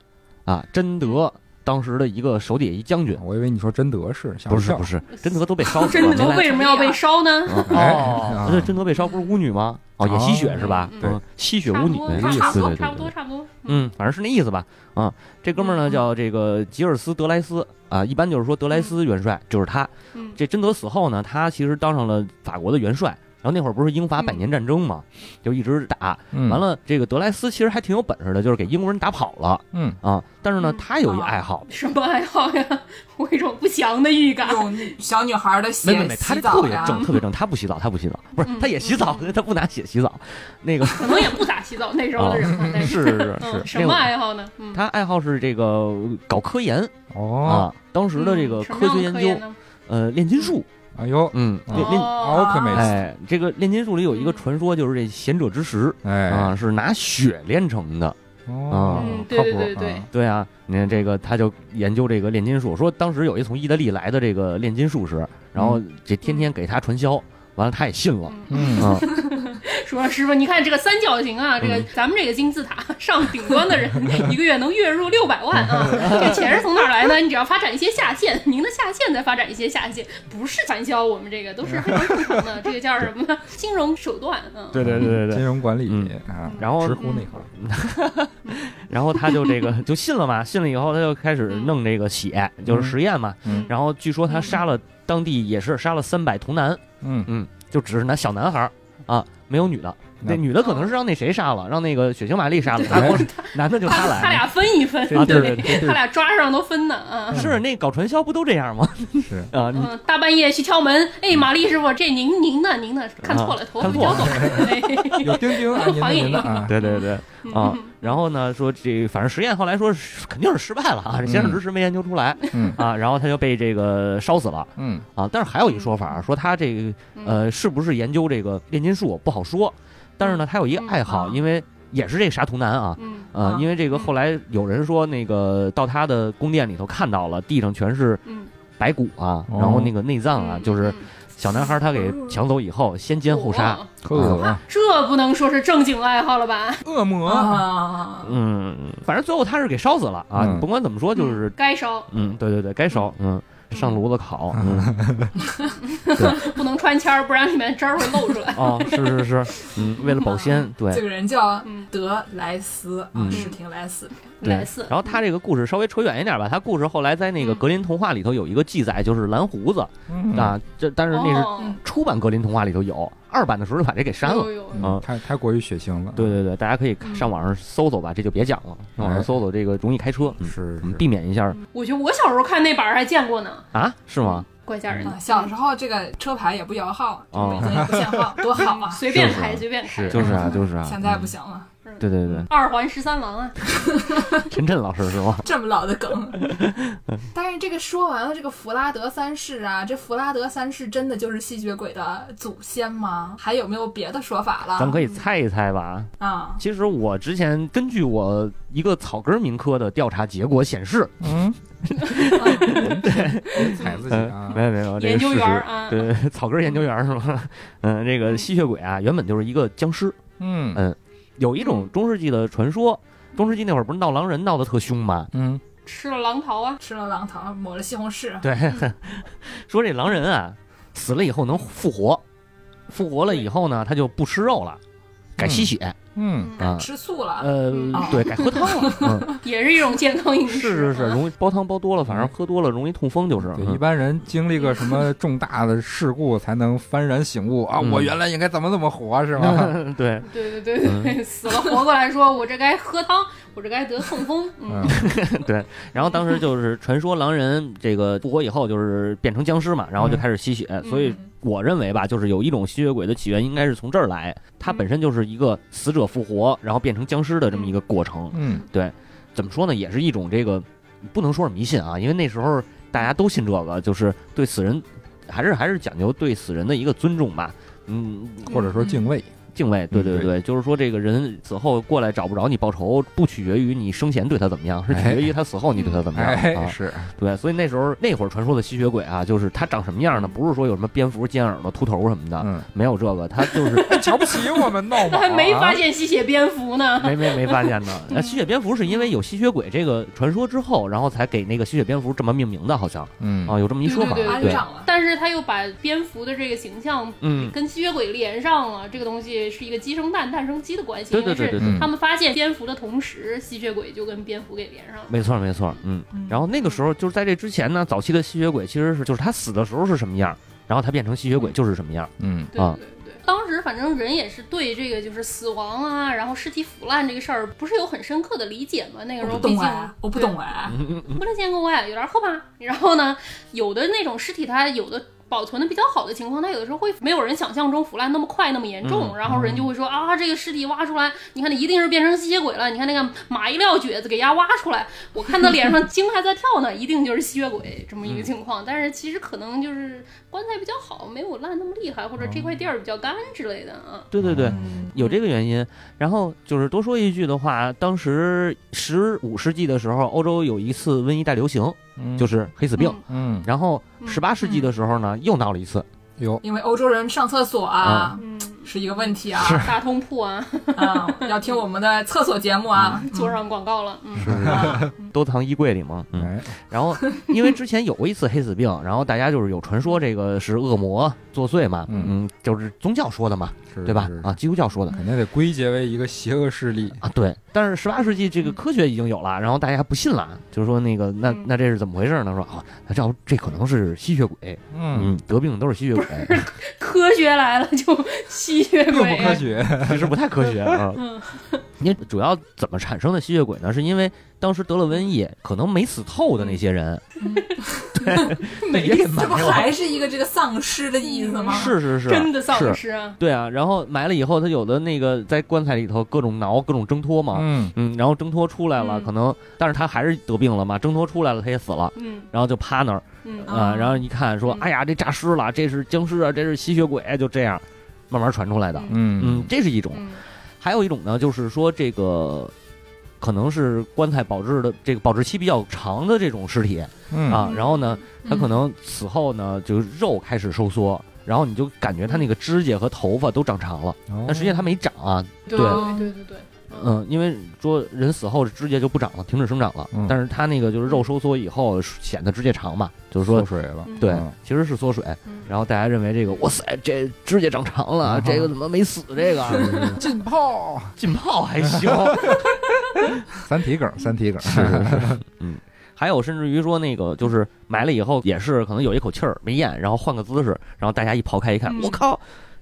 S3: 嗯
S4: 啊，贞德当时的一个手底下一将军，
S5: 我以为你说真德是，吓我
S4: 不
S5: 一
S4: 是
S5: 跳
S4: 不是，贞德都被烧死了，
S3: 真 [LAUGHS]
S4: 没
S3: 的
S4: 来啊
S3: 为什么要被烧呢？
S5: 哎
S4: 哦
S5: 啊，
S4: 这贞德被烧不是巫女吗？哦，也吸血是吧？
S3: 嗯
S5: 嗯
S4: 嗯，吸血
S3: 差
S4: 巫
S3: 不
S4: 女
S3: 多，
S4: 对
S5: 有意
S3: 差不
S5: 思
S3: 多，
S4: 对
S3: 差不
S4: 对
S3: 多，
S4: 对，
S3: 差不多。
S4: 嗯，反正是那意思吧。啊，这哥们儿呢
S3: 嗯
S4: 叫这个吉尔斯·德莱斯啊，一般就是说德莱斯元帅就是他。
S3: 嗯，
S4: 这贞德死后呢，他其实当上了法国的元帅。然后那会儿不是英法百年战争嘛，
S3: 嗯
S4: 就一直打。
S5: 嗯
S4: 完，了，这个德莱斯其实还挺有本事的，就是给英国人打跑了
S5: 嗯，
S4: 啊。但是呢，
S3: 嗯
S4: 他有一爱好，
S3: 什么爱好呀？我有一种不祥的预感。
S2: 用小女孩的
S4: [LAUGHS] 没没
S2: 血
S4: 没，
S2: 洗
S4: 他这
S2: 澡
S4: 特别
S2: 呀。
S4: 正，特别正。他不洗澡，他不洗澡，不是
S3: 嗯
S4: 他也洗澡， [LAUGHS] 他不拿血洗澡。那个
S3: 可能也不咋洗澡，那时候的人吧，但
S4: 哦是是是
S3: 嗯
S4: 是，
S3: 什么爱好呢？嗯，
S4: 他爱好是这个搞科研
S5: 哦，
S4: 啊，当时的这
S3: 嗯
S4: 个科学
S3: 什
S4: 研，
S3: 么样的科
S4: 究，
S3: 呢
S4: 呃，炼金术，
S5: 哎呦
S4: 嗯，
S5: 啊
S4: 炼炼，
S3: 哦，
S5: ，alchemist，
S4: 哎，这个炼金术里有一个传说，就是这贤者之石
S5: 哎，
S4: 啊，是啊拿血炼成的。
S5: 哦
S3: 嗯，，对
S4: 靠
S3: 对
S4: 谱
S3: 对对，
S4: 对啊，你看这个，他就研究这个炼金术，说当时有一从意大利来的这个炼金术士，然后这天天给他传销，完了他也信了。
S3: 嗯
S5: 嗯，
S4: 啊，
S3: 说师傅，你看这个三角形啊，这个
S4: 嗯
S3: 咱们这个金字塔 [LAUGHS] 上顶端
S4: [LAUGHS]
S3: 的人，一个月能月入六百万啊，这钱是从哪儿来呢？你只要发展一些下线，您的下线再发展一些下线，不是传销，我们这个都是非常正常
S4: [LAUGHS]
S3: 的，这个叫什么金融手段啊？
S4: 对对对对
S5: 金 [LAUGHS]
S4: 对。
S5: 融管理
S4: 嗯
S5: 啊，
S4: 然后
S5: 直呼那行，
S4: 然后他就这个就信了嘛，信了以后他就开始
S3: 嗯
S4: 弄这个血，就是实验嘛。
S5: 嗯
S4: 然后据说他杀
S3: 嗯
S4: 了当地也是杀了三百童男，
S5: 嗯，
S4: 嗯，就只是那小男孩儿啊，没有女的。那
S5: 嗯
S4: 女的可能是让那谁杀了，让那个血腥玛丽杀了，
S5: 对
S4: 然后
S3: [LAUGHS]
S4: 男的就他
S3: 啊他
S4: 来
S3: 俩分一分
S5: 这
S4: 啊
S5: 地儿
S4: 对
S5: 这地
S3: 他
S5: 儿
S3: 俩抓上都分呢啊。
S5: 俩
S4: 是那搞传销不都这样吗？
S5: 是
S4: [LAUGHS] 啊，你
S3: 嗯，大半夜去敲门，哎，玛丽师傅，这您您呢？您呢？看错了，头
S4: 啊看
S3: 发
S4: 错
S3: 交
S4: 了
S3: 走
S4: [LAUGHS]
S3: 了。
S5: 有钉钉啊，您的
S3: 行业
S5: 您的啊，
S4: 对对对啊，然后呢说这反正实验后来说是肯定是失败了啊，这先生之石没研究出来
S5: 嗯
S4: 啊，然后他就被这个烧死了
S5: 嗯
S4: 啊。但是还有一说法说他这个呃是不是研究这个炼金术不好说，但是呢他有一个爱好，
S2: 嗯啊
S4: 因为也是这杀童男啊，
S3: 嗯
S4: 呃
S2: 啊，
S4: 因为这个
S3: 嗯
S4: 后来有人说，那个到他的宫殿里头看到了，地上全是
S3: 嗯，
S4: 白骨啊，
S5: 哦
S4: 然后那个内脏啊，
S3: 嗯
S4: 就是小男孩他给抢走以后，先奸后杀。。
S3: 嗯
S4: 啊
S5: 呵，
S3: 这不能说是正经爱好了吧？
S5: 恶魔，
S2: 啊，
S4: 嗯，反正最后他是给烧死了啊，
S5: 嗯
S4: 你甭管怎么说，就是
S3: 该
S4: [LAUGHS]
S3: 烧，
S4: 嗯，对对对，该烧，嗯，上炉子烤，嗯，
S3: 不能穿签儿，不然里面汁儿会漏出来。
S4: [LAUGHS] 哦，是是是，嗯，为了保鲜，
S2: 这
S4: 对
S2: 个人叫
S3: 嗯
S2: 德莱斯啊，
S4: 嗯
S2: 史廷莱斯。
S4: 对
S3: 莱斯。
S4: 然后他这个故事稍微扯远一点吧，他故事后来在那个
S3: 嗯
S4: 格林童话里头有一个记载，就是蓝胡子
S5: 嗯，
S4: 啊，这但是那是
S3: 哦
S4: 初版格林童话里头有，二版的时候就把这给删了。
S3: 有嗯有有
S4: 啊
S5: 嗯太太过于血腥了，
S4: 对对对，大家可以上网上搜搜吧，这就别讲了。上网上搜搜这个容易开车，嗯，
S5: 是，
S4: 我们
S5: 是
S4: 避免一下
S3: 我觉得我小时候看那版儿还见过呢，
S4: 啊，是吗？
S3: 怪吓人的
S2: 啊，。小时候这个车牌也不摇号，
S4: 哦
S2: 北京也不限号，多好啊！
S3: 随便
S4: 就是啊
S3: 开，随便开。
S5: 是
S3: [LAUGHS]
S4: 就是啊，就是啊，
S2: 现在不行了，
S7: 对对对，
S3: 二环十三郎啊，
S4: 陈震老师是吗？
S2: 这么老的梗。但是这个说完了，这个弗拉德三世啊，这弗拉德三世真的就是吸血鬼的祖先吗？还有没有别的说法
S3: 啊
S2: 了？
S4: 咱可以猜一猜吧。
S2: 啊，
S4: 其实我之前根据我一个草根民科的调查结果显示，
S5: 嗯，
S3: [LAUGHS]
S5: 踩自己
S4: 嗯
S5: 啊，，
S4: 没有没有，这
S3: 研
S4: 个
S3: 究
S4: 事实
S3: 员儿啊，
S4: 嗯对，草根研究员是吗？嗯，这个吸血鬼啊，原本就是一个僵尸，
S5: 嗯
S4: 有一种中世纪的传说，中世纪那会儿不是闹狼人闹得特凶吗？
S5: 嗯
S3: 吃了狼桃啊，
S2: 吃了狼桃，抹了西红柿，
S4: 对， [LAUGHS] 说这狼人啊，死了以后能复活，复活了以后呢，他就不吃肉了，改吸血，
S5: 嗯，
S3: 嗯，
S4: 啊，
S2: 吃素了。
S4: 呃
S3: 嗯，
S4: 对，改喝汤了，嗯，
S3: 也是一种健康饮
S4: [LAUGHS] 是
S3: 食，
S4: 是是，
S3: 啊
S4: 容易煲汤煲多了，反正喝多了容易痛风，就是。
S5: 对，一
S4: 嗯
S5: 般人经历个什么重大的事故才能幡然醒悟啊，
S4: 嗯
S5: 我原来应该怎么怎么活是吧？
S4: [LAUGHS]
S2: [LAUGHS]
S4: 对，
S3: 对对对
S4: 嗯
S3: 对， [LAUGHS] 死了活过来说，我这该喝汤，我这该得痛风，嗯
S5: 嗯，
S4: 然后当时就是传说狼人这个复活以后就是变成僵尸嘛，然后就开始吸血，所以
S2: 嗯
S4: 我认为吧，就是有一种吸血鬼的起源应该是从这儿来，它本身就是一个死者复活，然后变成僵尸的这么一个过程。
S5: 嗯，
S4: 怎么说呢，也是一种这个不能说是迷信啊，因为那时候大家都信这个，就是对死人还是还是讲究对死人的一个尊重吧。嗯，
S5: 或者说敬畏，
S4: 敬畏，对对
S5: 嗯
S4: 对，就是说这个人死后过来找不着你报仇，不取决于你生前对他怎么样，是取决于他死后你对他怎么样、
S5: 哎，
S4: 啊。
S5: 是，
S4: 对，所以那时候那会儿传说的吸血鬼啊，就是他长什么样呢？不是说有什么蝙蝠、尖耳朵、秃头什么的，
S5: 嗯，
S4: 没有这个，他就是
S5: 哎瞧不起我们闹啊
S3: 那
S5: 吗？
S3: 还
S4: 啊
S3: 没发现吸血蝙蝠呢，
S4: 没没没发现
S5: [LAUGHS]
S4: 呢。那吸血蝙蝠是因为有吸血鬼这个传说之后，然后才给那个吸血蝙蝠这么命名的，好像
S5: 嗯
S4: 啊，有这么一说法。
S3: 对
S2: 安上了，
S3: 但是他又把蝙蝠的这个形象
S4: 嗯，
S3: 跟吸血鬼连上了，这个东西是一个鸡生蛋，蛋生鸡的关系，
S4: 对对对
S3: 因为
S4: 对嗯
S3: 是
S4: 对，
S3: 他们发现蝙蝠的同时，吸血鬼就跟蝙蝠给连上了。
S4: 没错没错，嗯。
S2: 嗯
S4: 然后那个时候就是在这之前呢，早期的吸血鬼其实是就是他死的时候是什么样，然后他变成吸血鬼就是什么样。
S5: 嗯
S3: 对
S4: 啊
S3: 对对，当时反正人也是对这个就是死亡啊，然后尸体腐烂这个事儿，不是有很深刻的理解吗？那个时
S2: 我
S3: 候
S2: 不
S3: 毕
S2: 懂
S3: 竟
S2: 哎，我不
S3: 对
S2: 懂哎，
S3: 不能见过我呀，有点后怕。然后呢，有的那种尸体，它有的保存的比较好的情况，它有的时候会没有人想象中腐烂那么快、那么严重。然后人就会说啊，这个尸体挖出来，你看它一定是变成吸血鬼了。你看那个马一料撅子给丫挖出来，我看他脸上筋还在跳呢，一定就是吸血鬼这么一个情况。但是其实可能就是棺材比较好，没有烂那么厉害，或者这块地儿比较干之类的啊。
S4: 对对对，
S2: 嗯
S4: 有这个原因。然后就是多说一句的话，当时十五世纪的时候，欧洲有一次瘟疫大流行，
S5: 嗯，
S4: 就是是黑死病。
S3: 嗯
S5: 嗯
S4: 然后十八世纪的时候呢，又闹了一次。
S5: 有
S2: 因为欧洲人上厕所啊
S3: 嗯，
S2: 是一个问题啊，
S3: 大通铺啊，
S2: 嗯，要听我们的厕所节目啊，
S3: 做上广告了，嗯，
S2: [LAUGHS] 啊
S4: 都藏衣柜里嘛。嗯，
S5: 哎，
S4: 然后因为之前有过一次黑死病，然后大家就是有传说这个是恶魔作祟嘛，
S5: 嗯
S4: 嗯，就是宗教说的嘛，
S5: 是
S4: 对吧
S5: 是？
S4: 啊，基督教说的。
S5: 肯定得归结为一个邪恶势力，
S4: 啊，对，但是十八世纪这个科学已经有了，然后大家不信了，就是说那个那
S3: 嗯
S4: 那这是怎么回事呢？说啊，那这这可能是吸血鬼，嗯，得病的都是吸血鬼，
S3: 科学来了就吸血
S5: 并
S3: 鬼
S5: 不科
S3: 啊，
S5: 学，
S4: 其实不太科学啊。
S3: 嗯
S4: 因为主要怎么产生的吸血鬼呢？是因为当时得了瘟疫，可能没死透的那些人，
S3: 嗯 [LAUGHS]
S2: [LAUGHS]
S4: 对，也给埋
S2: 这不
S4: 了。
S2: 还是一个这个丧尸的意思吗？
S4: 是是是，
S3: 真的丧
S4: 是
S3: 尸啊，
S4: 对啊，然后埋了以后，他有的那个在棺材里头各种挠，各种挣脱嘛，
S5: 嗯
S4: 嗯，然后挣脱出来了，
S3: 嗯
S4: 可能，但是他还是得病了嘛，挣脱出来了，他也死了，
S3: 嗯
S4: 然后就趴那儿
S3: 嗯
S4: 啊、
S2: 哦
S4: 然后一看说，
S3: 嗯
S4: 哎呀，这诈尸了，这是僵尸啊，这是吸血鬼，就这样慢慢传出来的，
S3: 嗯
S5: 嗯
S4: 嗯，这是一种，
S3: 嗯
S4: 还有一种呢，就是说这个。可能是棺材保质的这个保质期比较长的这种尸体
S5: 嗯
S4: 啊，然后呢，他可
S2: 嗯
S4: 能死后呢，就是肉开始收缩，然后你就感觉他那个指甲和头发都长长了，
S5: 哦
S4: 但实际上它没长啊，
S3: 对
S2: 对
S3: 哦对对对，
S4: 嗯，因为说人死后指甲就不长了，停止生长了，
S5: 嗯
S4: 但是它那个就是肉收缩以后显得指甲长嘛，就是
S5: 缩
S4: 说
S5: 水了，
S3: 嗯
S4: 对
S5: 嗯，
S4: 其实是缩水，
S3: 嗯
S4: 然后大家认为这个哇塞，这指甲长长了，
S5: 啊哈
S4: 这个怎么没死？这个
S5: 浸泡，
S4: [LAUGHS] 浸泡还 [LAUGHS] 行，
S5: 三体梗，三体梗，
S4: 嗯是是是，嗯。还有，甚至于说那个就是埋了以后也是可能有一口气儿没咽，然后换个姿势，然后大家一刨开一看，
S3: 嗯
S4: 我靠，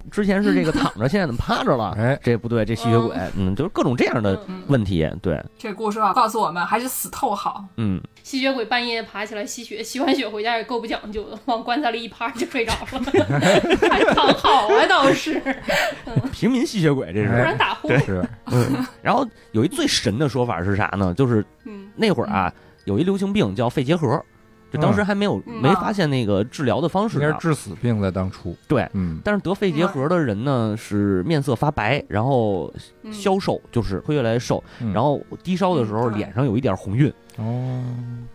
S4: 之前是这个躺着，现在怎么趴着了？
S5: [LAUGHS] 哎，
S4: 这不对，这吸血鬼，嗯，就是各种这样的
S3: 嗯
S2: 嗯，
S4: 问题，对，
S2: 这故事啊，告诉我们还是死透好。
S4: 嗯，
S3: 吸血鬼半夜爬起来吸血， [LAUGHS] 吸完血回家也够不讲究的，往棺材里一趴就睡着了， [LAUGHS] 还躺好啊倒
S4: [LAUGHS]
S3: 是，
S4: 哎平民吸血鬼这
S3: 不
S4: 是。
S3: 然打呼。
S5: 是
S4: 嗯然后有一最神的说法是啥呢？就是
S3: 嗯，
S4: 那会儿啊，有一流行病叫肺结核，就当时还没有
S3: 嗯
S4: 没发现那个治疗的方式
S5: 应该
S4: 呢
S5: 是。致死病在当初。
S4: 对，
S5: 嗯，
S4: 但是得肺结核的人呢，是面色发白，然后
S3: 嗯
S4: 消瘦，就是会越来越瘦，
S5: 嗯
S4: 然后低烧的时候
S2: 嗯对
S4: 脸上有一点红晕，
S5: 哦，，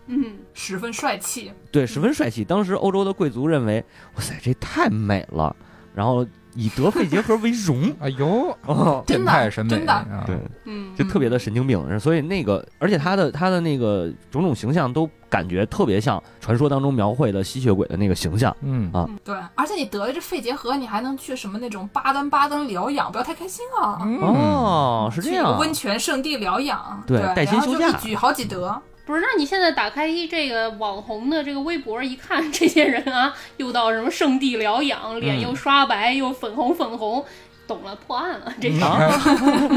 S3: 嗯，
S2: 十分帅气，
S4: 对，十分帅气。当时欧洲的贵族认为，哇塞，这太美了，然后以得肺结核为荣
S5: 哎呦，
S4: 哦，
S5: 变
S2: 真的
S5: 态审美
S2: 真的
S5: 啊！
S4: 对，
S3: 嗯，
S4: 就特别的神经病。所以那个，而且他的他的那个种种形象都感觉特别像传说当中描绘的吸血鬼的那个形象。
S5: 嗯
S4: 啊
S2: 对，而且你得了这肺结核，你还能去什么那种巴登巴登疗养，不要太开心啊。
S5: 嗯，
S4: 哦，是
S2: 去
S4: 这
S2: 一
S4: 样
S2: 个
S4: 啊，
S2: 温泉圣地疗养，
S4: 对
S2: 对，
S4: 带薪
S2: 然后就
S4: 休假
S2: 一举好几得，
S3: 不是，那你现在打开这个网红的这个微博一看，这些人啊， [LAUGHS] 又到什么圣地疗养，
S4: 嗯
S3: 脸又刷白、又粉红粉红，懂了，破案了，
S4: 嗯
S3: 这是、
S5: 嗯
S4: 啊
S5: [LAUGHS]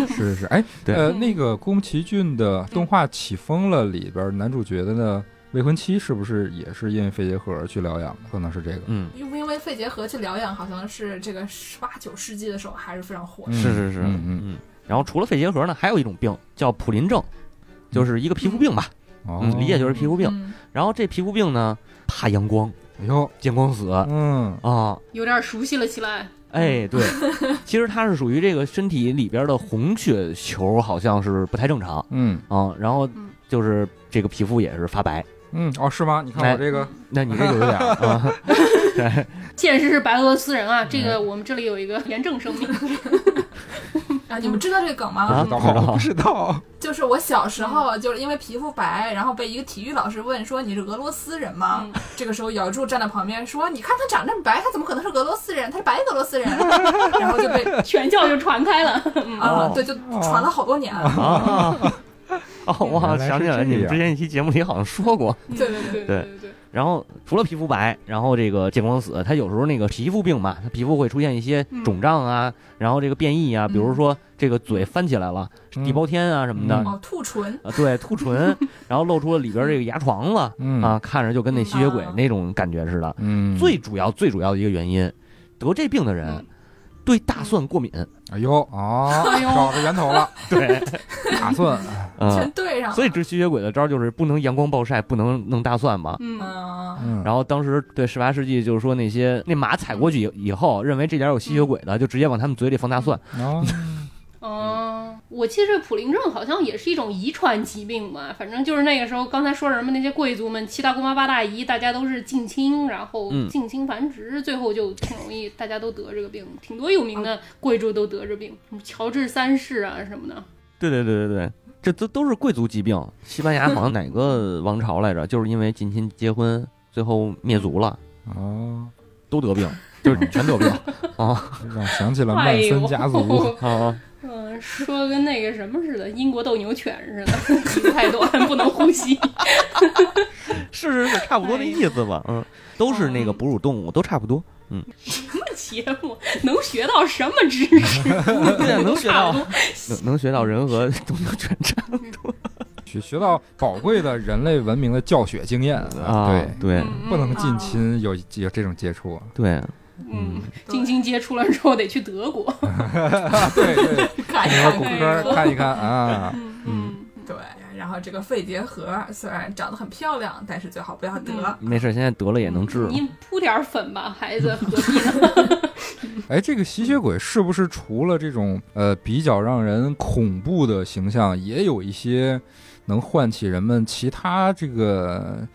S5: 是是，哎，
S4: 对
S5: 呃，那个宫崎骏的动画《起风了》里边男主角的呢未婚妻是不是也是因为肺结核去疗养的？可能是这个。
S4: 嗯，
S2: 因为因为肺结核去疗养，好像是这个十八九世纪的时候还是非常火的。
S5: 嗯
S4: 是是是，
S5: 嗯嗯
S4: 嗯。然后除了肺结核呢，还有一种病叫普林症，就是一个皮肤病吧，
S5: 哦
S4: 嗯，理解就是皮肤病。
S2: 嗯，
S4: 然后这皮肤病呢，怕阳光，
S5: 哎呦，
S4: 见光死啊、
S5: 嗯，
S3: 有点熟悉了起来。
S4: 哎，
S2: [LAUGHS]
S4: 对，其实它是属于这个身体里边的红血球好像是不太正常
S5: 嗯
S4: 啊、然后
S3: 嗯
S4: 就是这个皮肤也是发白。
S5: 嗯，哦，是吗？你看
S4: 哎
S5: 我这个，
S2: 嗯
S4: 那你这就有点儿
S2: [LAUGHS]
S4: 啊，对，
S3: 现实是白俄罗斯人啊，这个我们这里有一个严正声明，
S2: 啊，你们知道这个梗吗？
S4: 啊
S5: 不知道
S4: 不
S5: [LAUGHS] 不知道，
S2: 就是我小
S3: 嗯
S2: 时候就是因为皮肤白，然后被一个体育老师问说你是俄罗斯人吗？
S3: 嗯
S2: 这个时候姚柱站在旁边说，你看他长这么白，他怎么可能是俄罗斯人？他是白俄罗斯人。啊然后就被
S3: 全教就传开了。
S2: 啊、
S4: 哦
S2: 对，就传了好多年。
S4: 啊， [LAUGHS] 哦，我好
S5: 原来
S4: 像
S5: 是
S4: 想起来，你们
S5: 这样
S4: 之前一期节目里好像说过。
S3: [LAUGHS]
S2: 对
S3: 对对对对对，
S4: 然后除了皮肤白，然后这个见光死，它有时候那个皮肤病嘛，它皮肤会出现一些肿胀啊，然后这个变异啊，比如说这个嘴翻起来了，
S5: 嗯
S4: 地包天啊什么的，
S5: 嗯
S2: 哦，兔唇，
S4: 啊，对，凸唇，然后露出了里边这个牙床子、
S5: 嗯
S4: 啊，看着就跟那吸血鬼
S2: 嗯
S4: 那种感觉似的。
S5: 嗯，
S4: 最主要、最主要的一个原因，得这病的人、
S3: 嗯
S4: 对大蒜过敏。
S5: 哎呦啊，
S3: 哎呦
S5: 找着源头
S3: [LAUGHS]
S5: 了，
S4: [LAUGHS] 对，
S5: 打蒜，
S2: 全
S4: 嗯，
S2: 对上了。
S4: 所以治吸血鬼的招儿就是不能阳光暴晒，不能弄大蒜嘛。
S2: [LAUGHS]
S3: 嗯，
S2: 嗯，
S5: 嗯，
S4: 然后当时对十八世纪就是说那些那马踩过去以以后，认为这点儿有吸血鬼的，就直接往他们嘴里放大蒜。
S5: 后
S3: 哦，我记着普林症好像也是一种遗传疾病吧，反正就是那个时候，刚才说什么那些贵族们七大姑妈八大姨，大家都是近亲，然后
S4: 嗯
S3: 近亲繁殖，最后就挺容易大家都得这个病，挺多有名的贵族都得这病，什么乔治三世啊什么
S5: [LAUGHS]
S3: 的。
S4: 对对对对对，这都都是贵族疾病。西班牙好像哪个王朝来着，就是因为近亲结婚，最后灭族了。
S5: 哦，
S4: 都得病，就是全得病
S5: [LAUGHS]
S4: 啊
S5: 让我想起了
S3: 哎
S5: 曼森家族，
S4: [LAUGHS] 啊！
S3: 嗯，说得跟那个什么似的，英国斗牛犬似的， [LAUGHS] 鼻子太短不能呼吸。 [LAUGHS]
S4: 是是是，差不多那意思吧， [LAUGHS] 嗯，都是那个哺乳动物，都差不多。
S3: 什么节目能学到什么知识？
S4: [LAUGHS] 对啊，能学
S3: 差
S4: 到
S3: 不多。
S4: [LAUGHS] 能能学到人和动物全差
S5: 学学到宝贵的人类文明的教学经验
S4: 啊，
S5: 对，
S4: 对
S3: 嗯
S5: 不能近亲有有这种接触，啊
S4: 对，
S3: 嗯，
S2: 对
S3: 近亲接触了之后得去德国。啊
S5: 对 [LAUGHS] 对，
S2: 看一
S5: 你说
S2: 看
S5: 骨
S3: 对
S5: 科看一看啊，
S3: 嗯，
S2: 对，然后这个肺结核虽然长得很漂亮，但是最好不要得。
S3: 嗯
S4: 没事，现在得了也能治。
S3: 你铺点粉吧，孩子，何必呢？
S5: 哎，这个吸血鬼是不是除了这种呃比较让人恐怖的形象，也有一些能唤起人们其他这个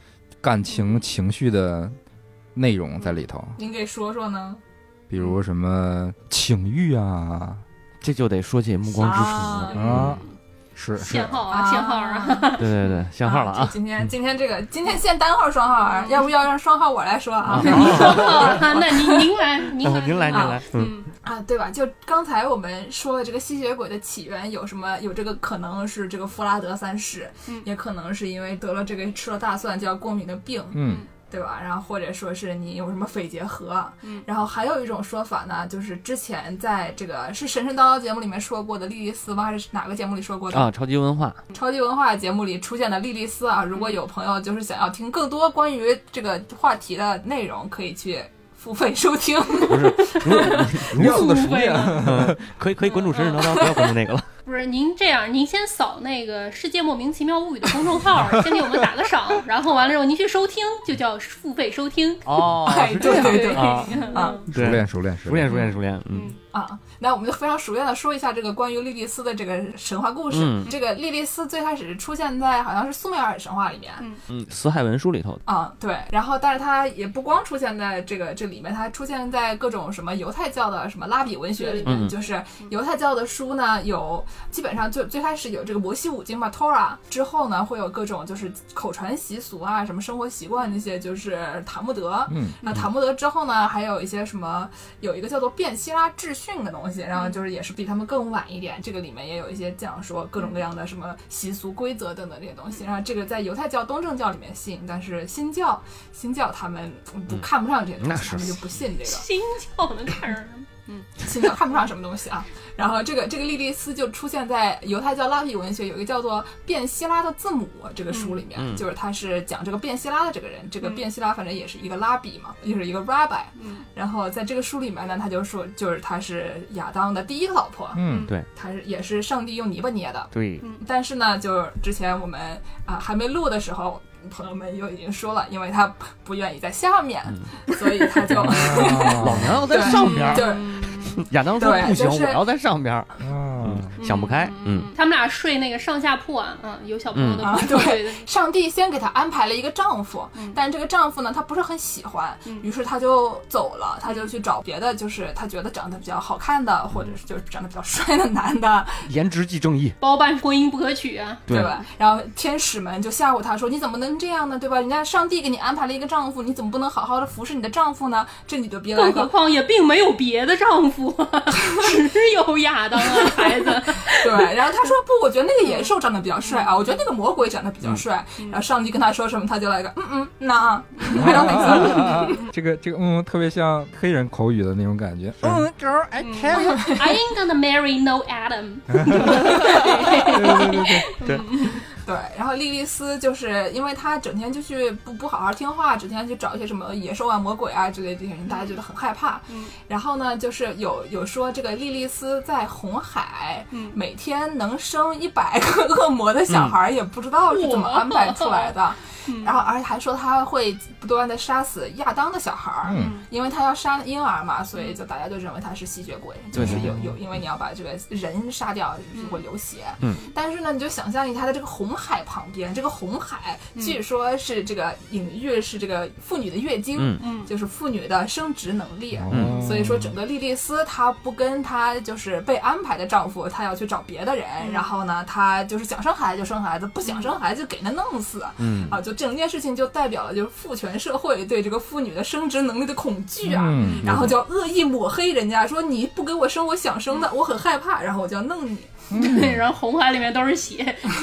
S5: 感情情绪的内容在里头？
S2: 您给说说呢？
S5: 比如什么情欲啊，
S4: 这就得说起《暮光之城》了，
S5: 啊啊
S3: 嗯
S5: 是是
S3: 限，号啊，限号啊！，
S4: 对对对，限号了
S2: 这
S4: 啊
S2: 今天今天这个今天限单号双号啊，
S3: 嗯
S2: 要不要让双号我来说啊？
S3: 您说说啊， [LAUGHS] 那您您来，
S6: 哦
S3: 您
S4: 啊！
S3: 来，
S4: 您来您
S2: 啊
S4: 来，嗯
S3: 嗯
S2: 啊，对吧？就刚才我们说的这个吸血鬼的起源有什么？有这个可能是这个弗拉德三世，
S3: 嗯
S2: 也可能是因为得了这个吃了大蒜就要过敏的病。
S5: 嗯
S2: 对吧？然后或者说是你有什么肺结核，
S3: 嗯
S2: 然后还有一种说法呢，就是之前在这个是神神叨叨节目里面说过的莉莉丝吗？还是哪个节目里说过的？
S6: 啊，超级文化，
S2: 超级文化节目里出现的莉莉丝啊，
S3: 嗯
S2: 如果有朋友就是想要听更多关于这个话题的内容，可以去付费收听。
S6: 如果 [LAUGHS] 嗯
S5: 如此的熟练，
S6: 可以可以关注神神叨叨，不要关注那个了。
S3: 不是您这样，您先扫那个“世界莫名其妙物语”的公众号，先给我们打个赏，然后完了之后您去收听，就叫付费收听。
S6: 哦
S2: 哎，
S6: 是这
S2: 对
S6: 样
S2: 对
S6: [LAUGHS]
S2: 对
S6: 啊
S2: 啊
S5: 熟练熟练熟
S6: 熟练熟练熟练，嗯，
S2: 啊！那我们就非常熟练的说一下这个关于莉莉丝的这个神话故事。
S6: 嗯
S2: 这个莉莉丝最开始出现在好像是苏美尔神话里面，
S6: 嗯，死海文书里头的，
S2: 啊、对，然后但是它也不光出现在这个这里面，它还出现在各种什么犹太教的什么拉比文学里面，
S6: 嗯
S2: 就是犹太教的书呢，有基本上就最开始有这个摩西五经嘛，Torah，之后呢会有各种就是口传习俗啊，什么生活习惯那些，就是塔木德，
S5: 嗯，
S2: 那塔木德之后呢，还有一些什么，有一个叫做变希拉智训的东西，然后就是也是比他们更晚一点，这个里面也有一些讲说各种各样的什么习俗规则等等这些东西，然后这个在犹太教、东正教里面信，但是新教新教他们不看不上这些
S6: 嗯
S2: 东
S6: 那
S2: 西，
S6: 是
S2: 他们就不信这个。
S3: 新教能看上什么？
S2: 心想看不上什么东西啊。 [LAUGHS] 然后这个这个莉莉丝就出现在犹太教拉比文学有一个叫做《变希拉的字母》这个书里面，
S6: 嗯
S2: 就是它是讲这个变希拉的这个人，这个
S3: 嗯
S2: 变希拉反正也是一个拉比嘛，就是一个 rabbi。
S3: 嗯
S2: 然后在这个书里面呢，他就说，就是他是亚当的第一个老婆，
S5: 嗯
S2: 他是也是上帝用泥巴捏的。
S6: 对，
S2: 但是呢，就是之前我们啊、还没录的时候，朋友们又已经说了，因为他不不愿意在下面，所以他就
S6: 老
S5: 啊
S6: 娘要在上边儿，
S2: 就是
S6: 亚当说
S2: 对
S6: 不行，
S2: 就是
S6: 我要在上边儿，
S5: 啊，
S6: 嗯，想不开，嗯，，
S3: 他们俩睡那个上下铺啊，嗯，有小朋友的 [LAUGHS]
S2: 嗯啊
S3: 对
S2: 对
S3: 对，
S2: 上帝先给她安排了一个丈夫，
S3: 嗯
S2: 但这个丈夫呢，她不是很喜欢，
S3: 嗯
S2: 于是她就走了，她就去找别的，就是她觉得长得比较好看的，或者是就是长得比较帅的男的，
S6: 颜值即正义，
S3: 包办婚姻不可取啊，
S6: 对
S2: 吧？然后天使们就吓唬她说：“你怎么能这样呢？对吧？人家上帝给你安排了一个丈夫，你怎么不能好好的服侍你的丈夫呢？”这你就别来
S3: 更何
S2: 个
S3: [LAUGHS] 况也并没有别的丈夫啊，
S6: [LAUGHS]
S3: 只有亚当啊，孩子。
S2: 对。然后她说：“不，我觉得那个野兽长得比较帅啊，我觉得那个魔鬼长得比较帅。然后上帝跟她说什么，她就来个嗯嗯那，然后每次
S5: [LAUGHS] 这个这个嗯，特别像黑人口语的那种感觉，
S6: 嗯，这儿哎，
S3: I ain't gonna marry no
S6: [LAUGHS]
S3: Adam。
S2: 对，然后莉莉丝就是因为她整天就去不不好好听话，整天去找一些什么野兽啊、魔鬼啊之类的这些人，大家觉得很害怕。
S3: 嗯
S2: 然后呢，就是有有说这个莉莉丝在红海，
S3: 嗯
S2: 每天能生一百个恶魔的小孩，也不知道是怎么安排出来的。然后而且还说她会不断的杀死亚当的小孩儿。
S5: 嗯
S2: 因为她要杀婴儿嘛，所以就大家就认为她是吸血鬼，就
S6: 对
S2: 是
S6: 对
S2: 有有，因为你要把这个人杀掉就会流血。
S6: 嗯，
S2: 但是呢，你就想象一下，她在这个红海旁边，这个红海据说是这个隐喻是这个妇女的月经，
S6: 嗯哦
S3: 嗯
S2: 就是妇女的生殖能力。
S5: 嗯
S2: 所以说，整个莉莉丝她不跟她就是被安排的丈夫，她要去找别的人。然后呢，她就是想生孩子就生孩子，不想生孩子就给人家弄死。
S6: 嗯，
S2: 啊，就整件事情就代表了就是父权社会对这个妇女的生殖能力的恐惧啊。
S5: 嗯
S2: 然后就要恶意抹黑人家，说你不给我生我想生的，我很害怕，然后我就要弄你。 [LAUGHS]
S3: 对，然后红海里面都是血，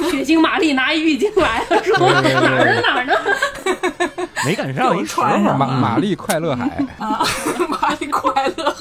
S3: 血腥玛丽拿一浴巾来了，说
S5: 对对对
S3: 哪儿呢哪儿呢？
S6: 没赶上
S2: 给
S6: 一时
S2: 我传
S6: 候
S2: 上
S5: 玛
S6: 嘛。
S5: 玛丽快乐海，
S2: 妈的快乐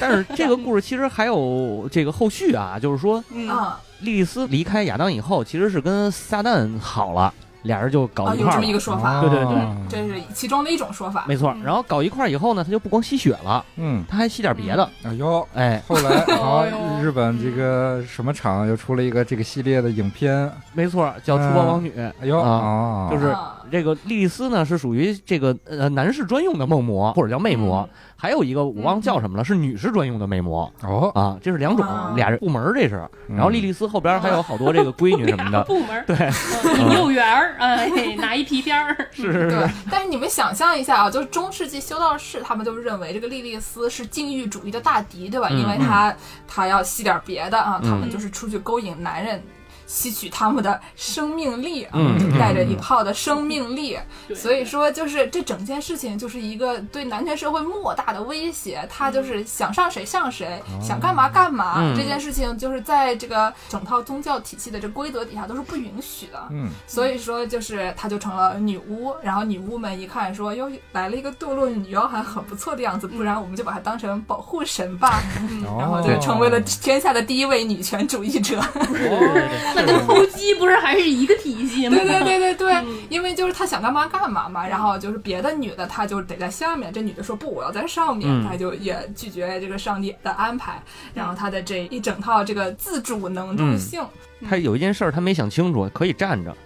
S6: 但是这个故事其实还有这个后续啊，就是说
S3: 嗯，
S2: 啊
S6: 莉莉丝离开亚当以后，其实是跟撒旦好了，俩人就搞
S2: 啊！
S6: 一
S2: 有
S6: 块
S2: 这
S6: 儿
S2: 么一
S6: 了，
S2: 个说法，
S6: 对对对
S5: 啊
S2: 这是其中的一种说法。
S6: 没错。然后搞一块儿以后呢，他就不光吸血了，
S5: 嗯，
S6: 他还吸点别的，
S5: 哎呦。
S6: 哎，
S5: 后
S2: [LAUGHS]
S5: 来，
S3: 哎呦
S5: 啊，日本这个什么厂又出了一个这个系列的影片，
S6: 没错，叫《粗暴王女》。
S5: 哎呦
S6: 啊
S5: 啊，
S6: 就是
S2: 啊
S6: 这个莉莉丝呢是属于这个呃男士专用的魅魔，或者叫魅
S2: 嗯
S6: 魔，还有一个我忘了叫什么了，是女士专用的魅魔
S5: 哦，
S6: 啊，这是两种
S2: 啊
S6: 俩人部门儿这是。
S5: 嗯
S6: 然后莉莉丝后边还有好多这个闺女什么
S2: [LAUGHS]
S3: 俩
S6: 的，
S3: 部门儿，
S6: 对，
S3: 嗯引诱员儿，哎，拿一皮鞭儿，
S6: 是是
S2: 对
S6: 是，，
S2: 但是你们想象一下啊，就是中世纪修道士，他们就认为这个莉莉丝是禁欲主义的大敌，对吧？
S6: 嗯
S2: 因为她她要吸点别的啊，
S6: 嗯
S2: 他们就是出去勾引男人。吸取他们的生命力啊，
S4: 嗯
S2: 带着引号的生命力。
S3: 对
S2: 所以说，就是这整件事情就是一个对男权社会莫大的威胁。他就是想上谁上谁，想干嘛干嘛。
S4: 嗯
S2: 这件事情就是在这个整套宗教体系的这规则底下都是不允许的。
S5: 嗯，
S2: 所以说，就是她就成了女巫，然后女巫们一看说，哟，来了一个堕落女妖，还很不错的样子，不然我们就把她当成保护神吧，嗯
S5: 哦
S2: 然后就成为了天下的第一位女权主义者。
S4: 对对对，
S3: 那
S4: [LAUGHS]
S3: 跟投机不是还是一个体系吗？
S2: 对对对对对
S3: 嗯，
S2: [LAUGHS] 因为就是她想干嘛干嘛嘛，然后就是别的女的她就得在下面，这女的说不，我要在上面
S4: 嗯，
S2: 她就也拒绝这个上帝的安排，然后她的这一整套这个自主能动性，
S4: 他有一件事儿他没想清楚，可以站着，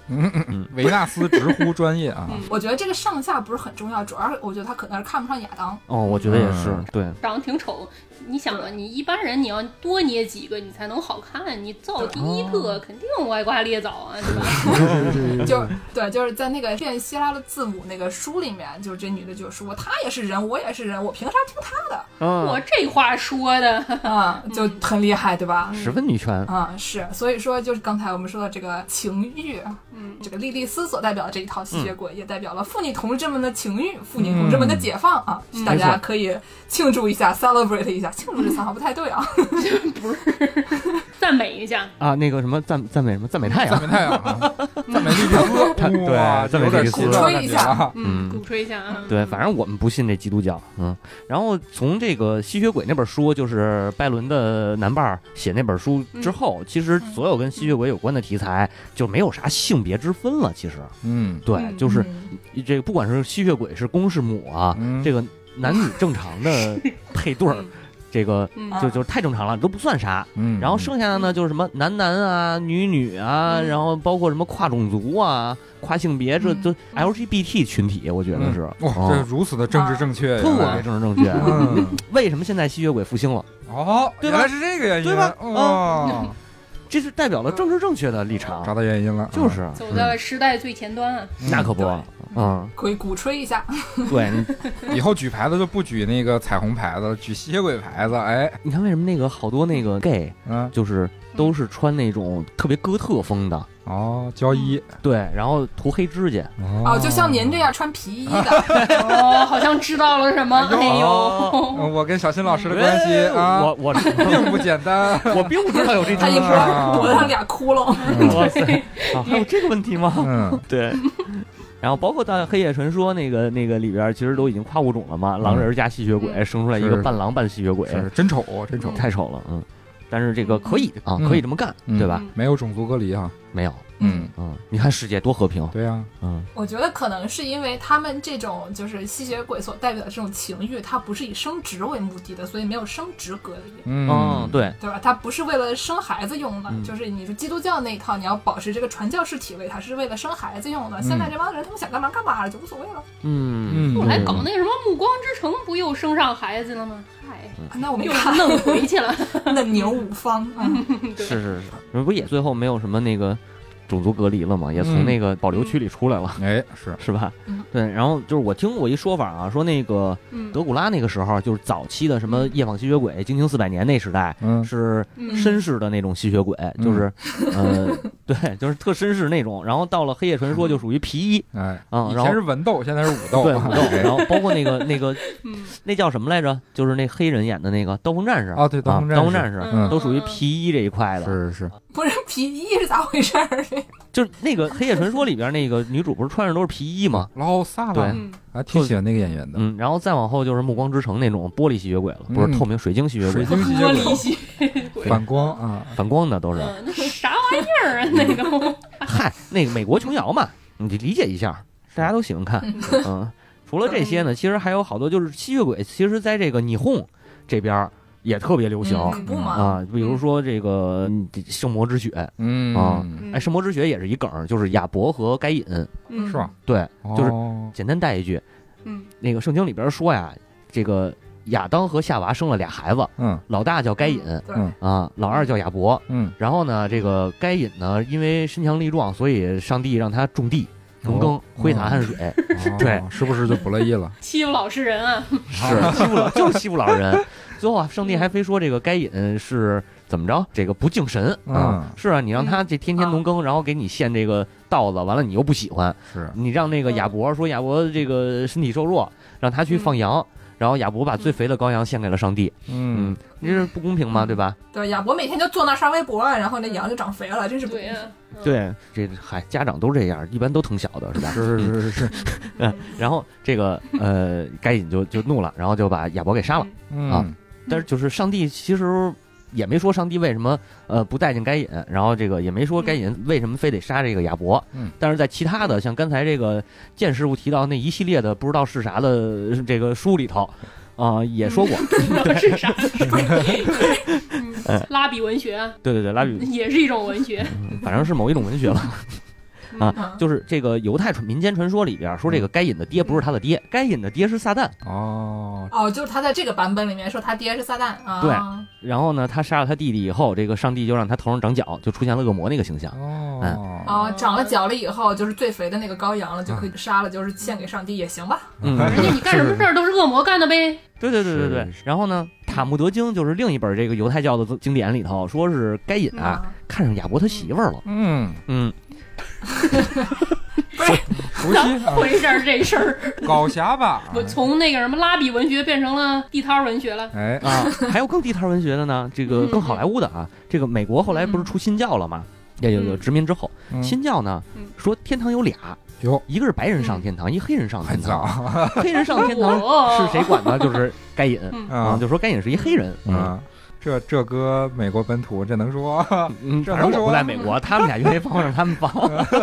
S5: 维纳斯直呼专业啊，
S2: 我觉得这个上下不是很重要，主要是我觉得她可能是看不上亚当。
S4: 哦，我觉得也是
S5: 嗯，
S4: 对，
S3: [LAUGHS] 长得挺丑。你想啊，你一般人你要多捏几个，你才能好看。你造第一
S6: 哦
S3: 个，肯定歪瓜裂枣啊，对吧？
S2: 就是对，就是在那个练希腊的字母那个书里面，就是这女的就说，她也是人，我也是人，我凭啥听她
S4: 嗯，
S6: 啊
S3: 我这话说的，
S2: 的？啊， [LAUGHS] 就很厉害，对吧？
S4: 十分女权，
S2: 啊，是，所以说就是刚才我们说的这个情欲，
S3: 嗯，
S2: 这个莉莉丝所代表的这一套吸血鬼，也代表了妇女同志们的情欲，妇女同志们的解放啊，大家可以庆祝一下，celebrate 一下，庆祝这词好像不太对啊，
S3: 不是赞美一下，
S4: 啊，那个什么赞赞美什么赞美太
S5: 赞
S4: 阳，
S5: 美太阳啊，
S2: 嗯
S5: 赞美莉莉丝，
S4: 哎 [LAUGHS] 他对
S5: 哇
S4: 赞美
S5: 有点
S4: 莉莉丝
S5: 抽象嗯的感觉啊，
S3: 嗯，
S4: 嗯
S3: 鼓吹一下啊。
S4: 对，反正我们不信这基督教，嗯。然后从这个吸血鬼那本书，就是拜伦的男伴儿写那本书
S3: 嗯
S4: 之后，其实所有跟吸血鬼有关的题材就没有啥性别之分了。其实，
S5: 嗯，
S4: 对，
S3: 嗯
S4: 就是
S2: 嗯
S4: 这个不管是吸血鬼是公是母啊，
S5: 嗯
S4: 这个男女正常
S3: [LAUGHS]
S4: 的配对儿
S3: 嗯，
S4: 这个
S3: 嗯
S4: 就就太正常了，都不算啥。
S5: 嗯，
S4: 然后剩下的呢，就是什么男男啊、女女啊，
S3: 嗯
S4: 然后包括什么跨种族啊、跨性别，这
S2: 嗯
S4: 都 LGBT 群体，我觉得是
S5: 嗯哇，这
S4: 嗯
S5: 如此的政治正确呀，
S4: 特别正正确。
S5: 啊嗯，
S4: 为什么现在吸血鬼复兴了？
S5: 哦，
S4: 对
S5: 原
S4: 吧
S5: 来是这个原因，
S4: 对吧嗯
S5: 哦，
S4: 这是代表了政治正确的立场，
S5: 找到原因了，
S4: 就是啊嗯
S3: 走在了时代最前端啊，
S5: 嗯
S4: 那可不，嗯，
S2: 可以鼓吹一下，
S4: 对，你 [LAUGHS]
S5: 以后举牌子就不举那个彩虹牌子了，举吸血鬼牌子，哎，
S4: 你看为什么那个好多那个 gay
S5: 嗯，
S4: 就是都是穿那种特别哥特风的，
S5: 哦，交一，
S4: 对，然后涂黑指甲，
S2: 哦，就像您这样穿皮衣的，
S3: 哦，好像知道了什么，
S5: 哎呦
S3: 哎
S5: 嗯，
S3: 呦，
S5: 我跟小新老师的关系
S4: 哎
S5: 啊
S4: 我，我
S5: [LAUGHS]
S4: [LAUGHS]
S5: 并不简单，
S4: 我并不知道有这
S2: 他一
S4: 题，
S2: 说脖子上俩窟窿，
S4: 哇塞，啊还有这个问题
S5: [LAUGHS]
S4: 吗？
S5: 嗯，
S4: 对。然后包括到《黑夜传说》那个那个里边，其实都已经跨物种了嘛，狼人加吸血鬼，
S3: 嗯
S4: 生出来一
S5: 是
S4: 个半狼半吸血鬼，
S5: 是真丑，真丑，
S4: 太丑了，嗯。但是这个可以啊，
S5: 嗯
S4: 可以这么干，
S5: 嗯
S4: 对吧？
S5: 没有种族隔离啊，
S4: 没有，
S5: 嗯，
S4: 嗯，你看世界多和平，
S5: 对呀，
S4: 嗯，
S2: 我觉得可能是因为他们这种就是吸血鬼所代表的这种情欲，它不是以生殖为目的的，所以没有生殖隔离，
S5: 嗯，
S4: 哦对，
S2: 对吧？它不是为了生孩子用的，就是你说基督教那一套，你要保持这个传教士体位，它是为了生孩子用的。现在这帮人他们想干嘛干嘛了，就无所谓了。
S4: 嗯
S5: 嗯
S3: 后来哎搞那个什么《暮光之城》，不又生上孩子了吗？嗨，
S2: 啊那我们
S3: 又
S2: 又看
S3: 弄回去了。
S2: 嫩牛五方啊，
S4: 是是是，不也最后没有什么那个种族隔离了嘛，也从
S5: 嗯
S4: 那个保留区里出来了，
S5: 哎，是，
S4: 是吧
S2: 嗯？
S4: [LAUGHS] 对，然后就是我听过一说法啊，说那个
S3: [LAUGHS] 嗯，
S4: 德古拉那个时候啊就是早期的什么夜访吸血鬼、惊情四百年那时代。
S5: 嗯，
S4: 是
S3: 嗯
S4: 绅士的那种吸血鬼，就是，
S3: [LAUGHS]
S4: 呃，对，就是特绅士那种。然后到了《黑夜传说》就属于皮衣，
S5: 哎，
S4: 嗯
S5: 以
S4: 然
S5: 前
S4: 后
S5: 是文斗，现在是武斗，
S4: 对，武斗。
S5: 哎
S4: 然后包括那个那个
S3: [LAUGHS] 嗯
S4: 那叫什么来着？就是那黑人演的那个刀锋战士
S5: 啊对刀锋战士
S4: 刀锋战士
S5: 嗯
S4: 都属于皮衣这一块的。
S5: 是是，
S2: 不是皮衣是咋回事儿？
S4: 就是那个《黑夜传说》里边那个女主不是穿着都是皮衣吗？
S5: 老萨
S4: 对
S5: 了，
S3: 嗯
S5: 还挺喜欢那个演员的，
S4: 嗯，然后再往后就是《暮光之城》那种玻璃吸血鬼了，
S5: 嗯
S4: 不是透明水晶吸血
S5: 水
S4: 鬼，
S5: 晶吸血
S3: 玻璃
S5: 鬼，
S3: 吸血
S4: [LAUGHS]
S3: 鬼，
S5: 反光啊，
S4: 反光的都是。
S3: 嗯，那啥玩意儿啊？那个，
S4: [LAUGHS] 嗨，那个美国琼瑶嘛，你理解一下，大家都喜欢看。 [LAUGHS] 嗯，除了这些呢，其实还有好多就是吸血鬼，其实在这个霓虹这边儿也特别流行。
S3: 嗯
S2: 恐怖吗？
S4: 啊，比如说这个嗯圣魔之血，
S5: 嗯
S4: 啊
S3: 嗯
S4: 哎，圣魔之血也是一梗儿，就是亚伯和该隐。
S3: 嗯
S5: 是吧？？
S4: 对，就是
S5: 是
S4: 简单带一句，
S3: 嗯
S4: 那个圣经里边说呀，这个亚当和夏娃生了俩孩子，
S5: 嗯
S4: 老大叫该隐
S2: 对
S5: 嗯
S4: 啊，老二叫亚伯。
S5: 嗯，
S4: 然后呢，这个该隐呢，因为身强力壮，所以上帝让他种地、农耕
S5: 哦、
S4: 挥洒
S5: 哦
S4: 汗水，
S5: 哦
S4: [LAUGHS] 对
S5: 是不是就不乐意了？
S3: 欺负老实人啊！
S4: [LAUGHS] 是欺负老就是欺负老人。最后啊，圣帝还非说这个该隐是怎么着，这个不敬神啊
S5: 嗯，
S4: 是啊，你让他这天天农耕，然后给你献这个稻子，完了你又不喜欢，
S5: 是
S4: 你让那个亚伯说亚伯这个身体瘦弱，让他去放羊，然后亚伯把最肥的羔羊献给了上帝，
S5: 嗯
S4: 嗯，你这是不公平嘛，对吧？
S2: 对，亚伯每天就坐那儿刷微博，然后那羊就长肥了，真是不
S3: 对呀，嗯，
S4: 对，这嗨，家长都这样，一般都疼小的，是吧？
S5: 是是是是，
S4: 嗯，然后这个呃，该隐就就怒了，然后就把亚伯给杀了。
S5: 嗯
S4: 啊但是就是上帝其实也没说上帝为什么呃不待见该隐，然后这个也没说该隐为什么非得杀这个亚伯。
S5: 嗯，
S4: 但是在其他的像刚才这个剑师傅提到那一系列的不知道是啥的呃这个书里头。啊、也说过，
S3: 那是啥？嗯 [LAUGHS] 拉比文学啊
S4: 对对对，拉比，
S3: 也是一种文学，
S4: 反正是某一种文学吧。
S2: 嗯，
S4: [LAUGHS] 就是这个犹太传民间传说里边说，这个该隐的爹不是他的爹，该隐的爹是撒旦。
S5: 哦，
S2: 哦，就是他在这个版本里面说他爹是撒旦啊，
S4: 对然后呢，他杀了他弟弟以后，这个上帝就让他头上长角，就出现了恶魔那个形象。
S5: 哦，
S2: 哦，长了脚了以后就是最肥的那个羔羊了，就可以杀了，就是献给上帝也行吧，
S4: 嗯，
S3: 而且你干什么事儿都是恶魔干的呗。
S4: 对对对对
S5: 是
S4: 对
S5: 是。
S4: 然后呢，《塔木德经》就是另一本这个犹太教的经典里头，说是该隐啊
S2: 嗯
S4: 看上亚伯他媳妇儿了。
S5: 嗯，
S4: 嗯，
S5: 熟悉 [LAUGHS] 啊，
S3: 回事儿这事儿，
S5: 搞侠吧， [LAUGHS]
S3: 我从那个什么拉比文学变成了地摊儿文学了。
S5: 哎，
S4: 啊，还有更地摊文学的呢，这个
S3: 嗯
S4: 更好莱坞的啊，这个美国后来不是出新教了吗？也有有殖民之后，
S5: 嗯
S4: 新教呢
S3: 嗯
S4: 说天堂有俩，
S5: 哟，
S4: 一个是白人上天堂，一黑人上
S5: [LAUGHS] 很
S4: 天
S5: 早
S4: 堂。黑人上天堂
S3: [LAUGHS] 哦嗯
S4: 是谁管的？就是该隐啊，
S5: 啊
S4: 就说该隐是一黑人。嗯，
S5: 啊，这这歌美国本土这
S4: [LAUGHS]
S5: 能说？
S4: 嗯，
S5: 这
S4: 反正
S5: 能
S4: 我不
S5: 说
S4: 在美国，他们俩愿意放让他们放。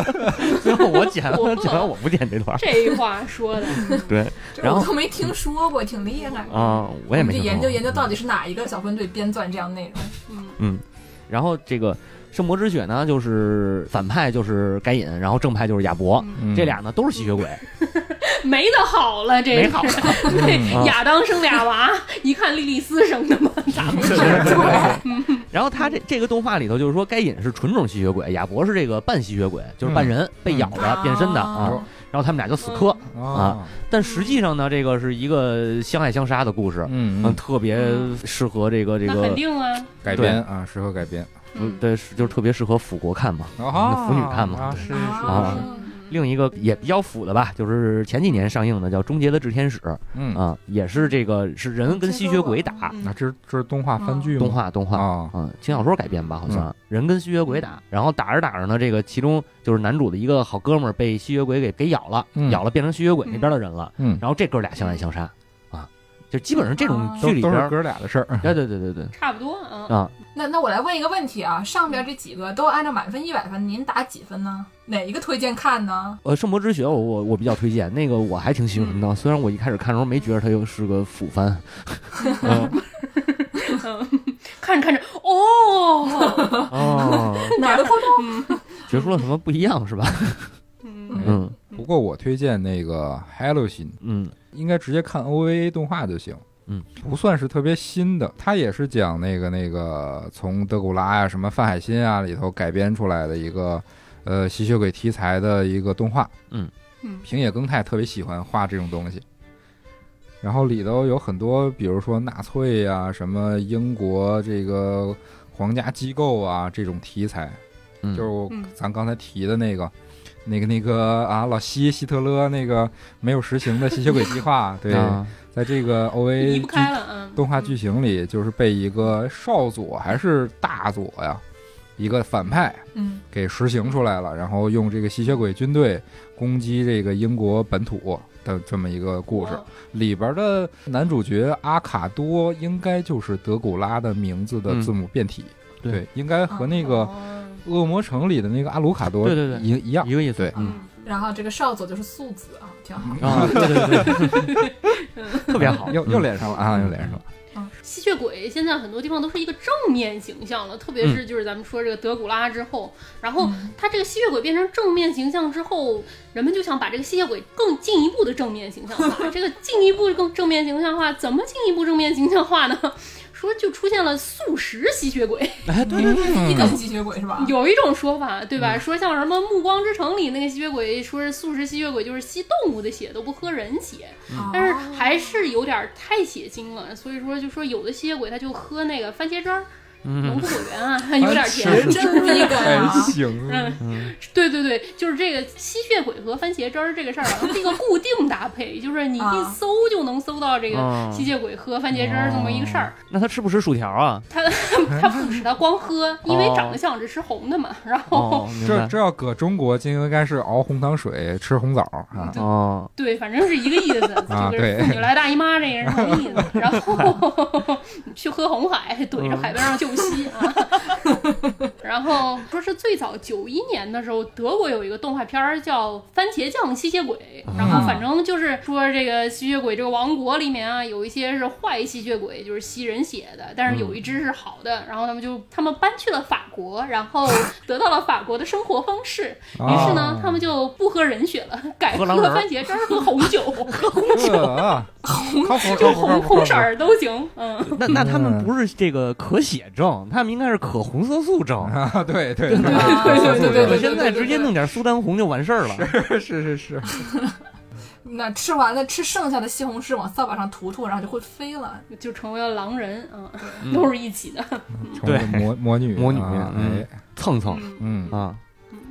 S4: [LAUGHS] 最后我剪了，剪完我不剪这
S3: [LAUGHS]
S4: 段儿。
S3: 这话说的，
S4: [LAUGHS]
S2: 这
S4: 然后
S2: 我都没听说过，挺厉害
S4: 啊、我也没
S2: 就
S4: 听
S2: 研
S4: 说
S2: 究研究到底是哪一个小分队编撰这样内容，
S3: 嗯，
S4: 然后这个圣魔之血呢，就是反派就是该隐，然后正派就是亚伯，
S5: 嗯
S4: 这俩呢都是吸血鬼，
S3: 没得好了，这
S4: 没好
S3: 是对
S4: 啊
S3: 亚当生俩娃，一看莉莉丝生的嘛，咋回事儿？
S4: 然后他这这个动画里头就是说，该隐是纯种吸血鬼，亚伯是这个半吸血鬼，就是半人、被咬的
S2: 嗯
S4: 变身的啊。
S5: 哦
S4: 然后他们俩就死磕，
S5: 啊，
S4: 但实际上呢，这个是一个相爱相杀的故事，
S5: 嗯
S4: 嗯，
S5: 嗯，
S4: 特别适合这个这
S3: 那肯
S4: 个，
S3: 定啊，
S5: 改
S4: 对
S5: 编啊，适合改编，
S4: 嗯，对，是就是特别适合腐国看嘛。
S5: 啊，
S4: 腐女看嘛
S5: 啊
S4: 对
S5: 是
S2: 啊
S5: 是是，
S3: 嗯
S4: 另一个也比较腐的吧，就是前几年上映的叫《终结的炽天使》，
S5: 嗯，
S4: 啊，也是这个是人跟吸血鬼打，
S5: 那这是这是动画番剧吗？
S4: 动画动画，
S5: 啊，
S4: 嗯，轻小说改编吧，好
S5: 嗯
S4: 像人跟吸血鬼打，然后打着打着呢，这个其中就是男主的一个好哥们儿被吸血鬼给给咬了
S5: 嗯，
S4: 咬了变成吸血鬼那边的人了，
S5: 嗯，
S4: 然后这哥俩相爱相杀啊，就基本上这种
S2: 啊
S4: 剧
S5: 都
S4: 里
S5: 都
S4: 边
S5: 是
S4: 儿，
S5: 哥俩的事儿， [LAUGHS]
S4: 对对对对对，
S3: 差不多啊。
S4: 啊，
S2: 那那我来问一个问题啊，上边这几个都按照满分一百分，您打几分呢？哪一个推荐看呢？
S4: 呃，《圣魔之血》我我我比较推荐，那个我还挺喜欢的，虽然我一开始看的时候没觉得它又是个腐番，嗯
S3: 看着看着，哦，
S4: 哦，
S2: 哪个互动？
S4: 觉出了什么不一样是吧？
S3: 嗯
S4: 嗯
S5: 不过我推荐那个 Hello 新，
S4: 嗯
S5: 应该直接看 OVA 动画就行。
S4: 嗯，
S5: 不算是特别新的，它也是讲那个那个从德古拉呀、什么范海辛啊里头改编出来的一个，呃，吸血鬼题材的一个动画。
S4: 嗯
S3: 嗯
S5: 平野耕太特别喜欢画这种东西，然后里头有很多，比如说纳粹呀、什么英国这个皇家机构啊这种题材，
S4: 嗯，
S5: 就是我
S3: 嗯
S5: 咱刚才提的那个，那个那个啊，老希希特勒那个没有实行的吸血鬼
S4: [LAUGHS]
S5: 计划，对，
S4: 啊
S5: 在这个 OVA
S3: 离不开
S5: 剧
S3: 了，嗯，
S5: 动画剧情里，就是被一个少佐还是大佐呀，一个反派
S2: 嗯，
S5: 给实行出来了，然后用这个吸血鬼军队攻击这个英国本土的这么一个故事。
S3: 哦
S5: 里边的男主角阿卡多应该就是德古拉的名字的字母变体，
S4: 嗯对
S5: 对，应该和那个。
S3: 哦
S5: 恶魔城里的那个阿鲁卡多，
S4: 对对对
S5: 一一样
S4: 一个意思，
S5: 对
S3: [LAUGHS]
S4: 嗯。
S2: 然后这个少佐就是素子啊，挺好。
S4: 啊，对对对，特别好，
S5: 又又
S4: 嗯
S5: 连上了啊，又连上了。
S3: 吸血鬼现在很多地方都是一个正面形象了，特别是就是咱们说这个德古拉之后，然后他这个吸血鬼变成正面形象之后，人们就想把这个吸血鬼更进一步的正面形象化。这个进一步更正面形象化，怎么进一步正面形象化呢？说就出现了素食吸血鬼，
S4: 哎，对对对，
S2: 一根吸血鬼是吧？
S3: 有一种说法，对吧？说像什么《暮光之城》里那个吸血鬼，说是素食吸血鬼就是吸动物的血，都不喝人血，但是还是有点太血腥了。所以说，就说有的吸血鬼他就喝那个番茄汁儿，农夫果园啊， [LAUGHS] 有点
S5: 嗯番
S3: 甜
S5: 茄。汁
S2: 真是一根
S5: 还
S2: 啊！
S5: 哎行，
S3: 嗯，对对对，就是这个吸血鬼和番茄汁儿这个事儿啊，是一个固定搭配，就是你一
S2: 啊
S3: 搜就能搜到这
S4: 哦
S3: 个吸血鬼喝番茄汁儿这么一个事
S5: 哦
S3: 儿。
S4: 那他吃不吃薯条啊？
S3: 他他不吃，他光喝，因为长
S5: 哦
S3: 得像只吃红的嘛。然后
S4: 哦，明
S5: 这
S4: 白。
S5: 这要搁中国，就应该是熬红糖水、吃红枣啊。
S4: 哦，
S3: 对，反正是一个意思， [LAUGHS]
S5: 啊
S3: 这个
S5: 对
S3: 妇女来大姨妈这个是同意的。然后 [LAUGHS] 去喝红海，怼着海边上就吸啊。然后说是最早九一年的时候，德国有一个动画片儿叫《番茄酱吸血鬼》，然后反正就是说这个吸血鬼这个王国里面啊，有一些是坏吸血鬼，就是吸人血的，但是有一只是好的。然后他们就他们搬去了法国，然后得到了法国的生活方式，于是呢，他们就不喝人血了，改
S4: 喝
S3: 喝
S4: 狼人儿
S3: 番茄汁儿和红酒， [LAUGHS]
S5: 呃，靠谱
S3: 就
S5: 靠谱靠
S3: 红
S5: 谱
S3: 红
S5: 靠
S3: 色
S5: 谱。
S3: 儿都行。嗯，
S4: 那那他们不是这个可血症，他们应该是可红色素症。
S5: 啊，对对 [LAUGHS] 对
S2: 啊对对对
S4: 你
S2: 对
S4: 现在直接弄点苏丹红就完事儿了。
S5: 对，是是是，
S2: 那吃完了吃剩下的西红柿往扫把上涂涂，然后就会飞了。
S3: 就成为了狼人，嗯， [LAUGHS] 都是一起的。
S5: 成为魔魔女
S4: 魔女
S5: 啊
S4: 嗯
S5: 哎
S4: 蹭蹭
S5: 嗯，
S4: 啊，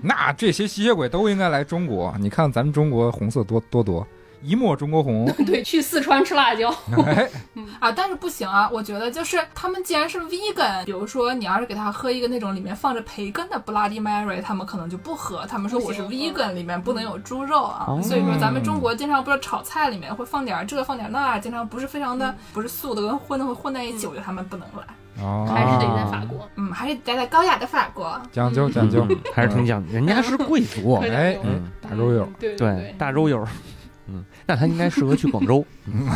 S5: 那这些吸血鬼都应该来中国。你看咱们中国红色多多多，一抹中
S3: [LAUGHS]
S5: 国红。
S3: 对，去四川吃辣椒，
S5: 哎，
S2: 啊，但是不行啊，我觉得就是他们既然是 vegan，比如说你要是给他喝一个那种里面放着培根的 Bloody Mary，他们可能就不喝，他们说我是
S3: 不行嗯
S2: vegan，里面不能有猪肉啊。
S4: 哦
S2: 所以说咱们中国经常不是炒菜里面会放点这放点那，经常不是非常
S3: 嗯
S2: 的、不是素的跟荤的会混在一起，我觉得他们不能来。
S5: 哦，
S3: 还是得在法国。
S2: 嗯，还是待在高雅的法国。
S5: 讲究讲究，
S4: 嗯还是挺讲，人家是贵族
S3: [LAUGHS] 对，
S5: 哎，
S4: 嗯
S5: 大肉友
S3: 嗯，对
S4: 对，大肉友。嗯，那他应该适合去广州，嗯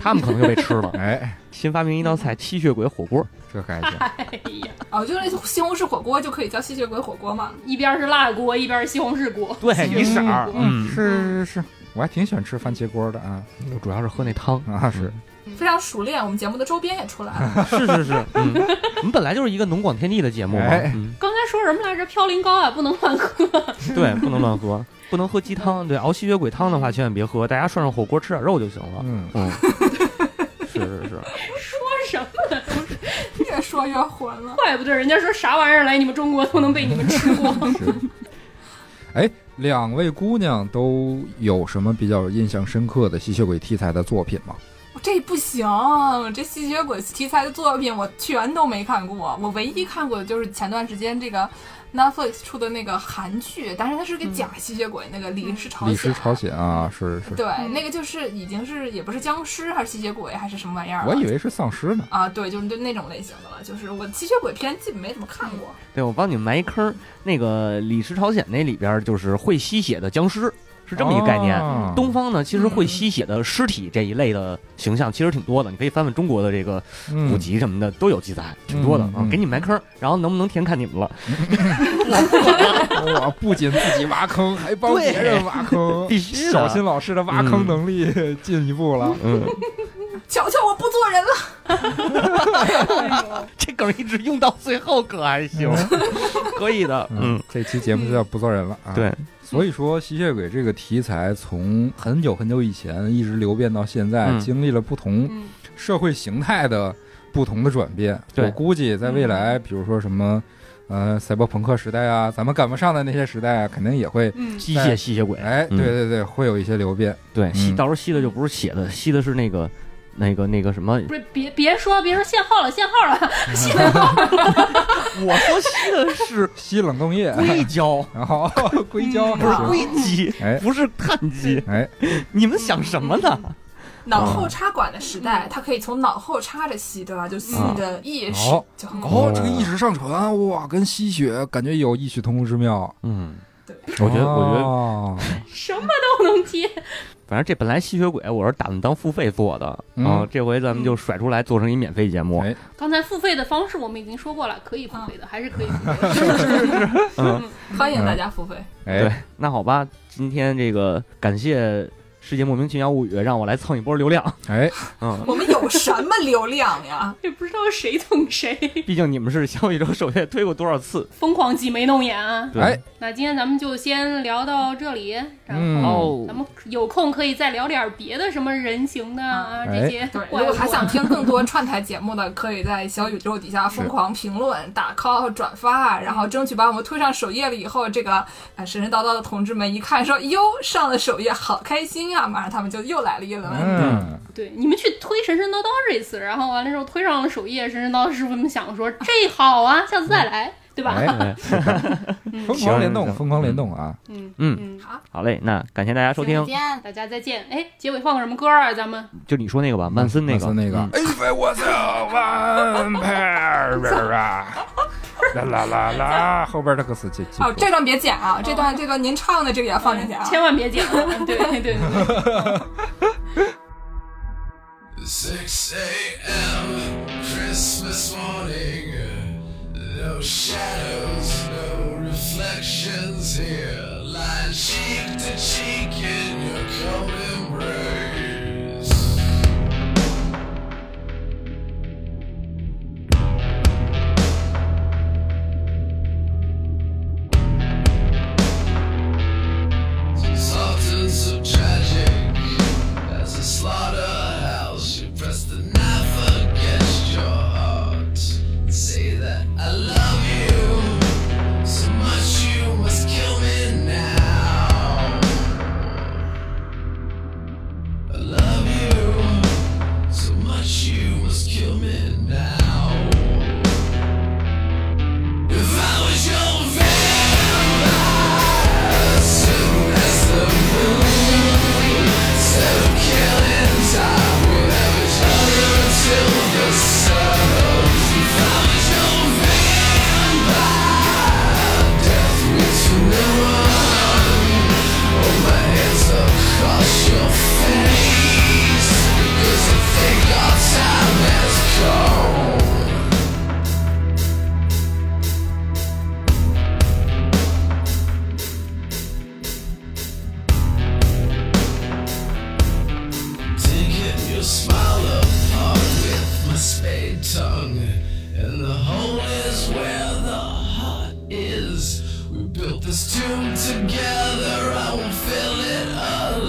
S4: 他们可能就被吃了。
S5: 哎，
S4: 新发明一道菜——吸血鬼火锅。
S5: 这还行，
S3: 哎呀，
S2: 哦，就是那西红柿火锅就可以叫吸血鬼火锅嘛。
S3: 一边是辣锅，一边是西红柿锅，
S4: 对
S3: 西
S4: 一色儿
S3: 红柿锅
S4: 嗯
S5: 是是是，我还挺喜欢吃番茄锅的啊
S4: 我嗯主要是喝那
S5: [LAUGHS]
S4: 汤。
S5: 啊是，
S3: 嗯
S2: 非常熟练，我们节目的周边也出来
S4: [LAUGHS]
S2: 了。
S4: 是是是，嗯，我们本来就是一个农广天地的节目嘛。
S5: 哎
S4: 嗯，
S3: 刚才说什么来着？嘌呤高啊，不能乱喝。
S5: [LAUGHS]
S4: 对，不能乱喝，不能喝鸡汤。对，熬吸血鬼汤的话，千万别喝，大家涮涮火锅，吃点肉就行了。
S5: 嗯，
S4: 嗯，是是是，
S3: 什么？
S2: 越说越混了。
S3: 怪不得人家说啥玩意儿来你们中国都能被你们吃光。 [LAUGHS]
S5: 是。哎，两位姑娘都有什么比较印象深刻的吸血鬼题材的作品吗？
S2: 这不行，这吸血鬼题材的作品我全都没看过，我唯一看过的就是前段时间这个 Netflix 出的那个韩剧，但是它是个假吸血鬼，那个李氏朝
S5: 李
S2: 鲜。
S5: 氏朝鲜啊，是是，
S2: 对，
S3: 嗯
S2: 那个就是已经是也不是僵尸还是吸血鬼还是什么玩意儿了，
S5: 我以为是丧尸呢。
S2: 啊，对，就是就那种类型的了，就是我吸血鬼片基本没怎么看过。
S4: 对我帮你们埋一坑儿。那个《李氏朝鲜》那里边儿就是会吸血的僵尸，是这么一个概念。
S5: 哦
S4: 东方呢，其实会吸血的尸体这一类的形象其实挺多的，你可以翻翻中国的这个古籍什么的，都有记载，挺多的
S5: 嗯
S4: 啊。给你们埋坑儿，然后能不能填看你们了，
S5: 嗯，我不仅自己挖坑，还帮别人挖坑，
S4: [LAUGHS] 必须的
S5: 小新老师的挖坑能力进一步了。
S4: 嗯，
S2: 瞧瞧，我不做人了。
S4: [LAUGHS] 这梗一直用到最后可还行，
S5: 嗯
S4: 可以的，嗯，，
S5: 这期节目就叫不做人了啊。
S4: 对，
S5: 所以说吸血鬼这个题材从很久很久以前一直流变到现在，
S4: 嗯
S5: 经历了不同
S3: 嗯
S5: 社会形态的不同的转变。
S4: 对
S5: 我估计在未来，
S3: 嗯
S5: 比如说什么。呃，赛博朋克时代啊，咱们赶不上的那些时代啊，肯定也会，
S3: 嗯，
S4: 吸血吸血鬼，
S5: 哎，对
S4: 嗯
S5: 对对，会有一些流变。
S4: 对，吸
S5: 嗯
S4: 到时候吸的就不是血的，吸的是那个那个那个什么，
S3: 不是，别别说，别说限号了，限号了，限号了。
S4: [LAUGHS] 我说吸的是
S5: [LAUGHS] 吸冷冻液，
S4: 硅 [LAUGHS] 胶，
S5: [LAUGHS] 然后硅胶
S4: 不是
S5: 还行，
S4: 硅基
S5: 哎，
S4: 不是碳 [LAUGHS] 基，
S5: 哎，
S4: 你们想什么呢？
S5: 嗯
S2: 脑后插管的时代，它可以从脑后插着吸，对吧？就吸
S5: 嗯
S2: 你的意识，
S5: 哦
S2: 就很恐怖
S5: 哦，这个意识上传，哇，跟吸血感觉有异曲同工之妙。
S4: [LAUGHS] 嗯，
S2: 对
S4: 我觉得，我觉得，
S5: 哦
S3: 什么都能接。
S4: 反正这本来吸血鬼我是打算当付费做的，
S5: 嗯
S4: 啊，这回咱们就甩出来做成一免费节目。
S5: 哎，
S3: 刚才付费的方式我们已经说过了，可以付费
S2: 嗯
S3: 的，还是可以付费的。
S2: 欢迎大家付费。
S5: 哎，
S4: 对，那好吧，今天这个感谢
S6: 世界莫名其妙物语》，让我来蹭一波流量。
S5: 哎，
S2: [LAUGHS]
S6: 嗯，
S2: 我们有什么流量呀？
S3: 也 [LAUGHS] 不知道谁捅谁，
S6: 毕竟你们是小宇宙首页推过多少次？
S3: 疯狂挤眉弄眼啊！
S6: 对
S5: 哎，
S3: 那今天咱们就先聊到这里，然
S5: 嗯
S3: 后
S6: 哦
S3: 咱，们有空可以再聊点别的，什么人形的啊
S5: 哎
S3: 这些
S2: 嗯对，如
S3: 怪物
S2: 果
S3: 啊。
S2: 还想听更多串台节目的，可以在小宇宙底下疯狂评论、打 call、转发，然后争取把我们推上首页了以后，这个啊神神叨叨的同志们一看说哟上了首页，好开心呀、马上他们就又来了一轮。
S5: 嗯，
S3: 对，你们去推神神叨叨这次，然后完了之后推上了首页，神神叨叨师傅们想说这好啊，下次再来，对吧？
S5: 哎，疯狂联动，疯狂联动啊！
S3: 嗯
S6: 嗯
S3: 嗯，
S6: 好嘞，那感谢大家收听，
S2: 见，
S3: 大家再见。哎，结尾放个什么歌啊？咱们
S6: 就你说那个吧，曼森那个，
S5: 万森那个
S6: 嗯，
S5: ，If I was a vampire 啊，啦啦啦啦，后边那个是这这
S2: 哦，这段别剪啊，这段这个您唱的这个也放进去啊。
S3: 千万别剪， [LAUGHS] 对对对。
S8: 6 a.m. Christmas morning. No shadows, no reflections here. Lying cheek to cheek in your cold embrace. Sultans of tragic. As a slaughterhouse, you press the knife against your heart. Say that I love you so much you must kill me now. I love you so much you must kill me now. If I was your vampire, as soon as the Taking your smile apart with my spade tongue. And the hole is where the heart is. We built this tomb together, I will fill it up.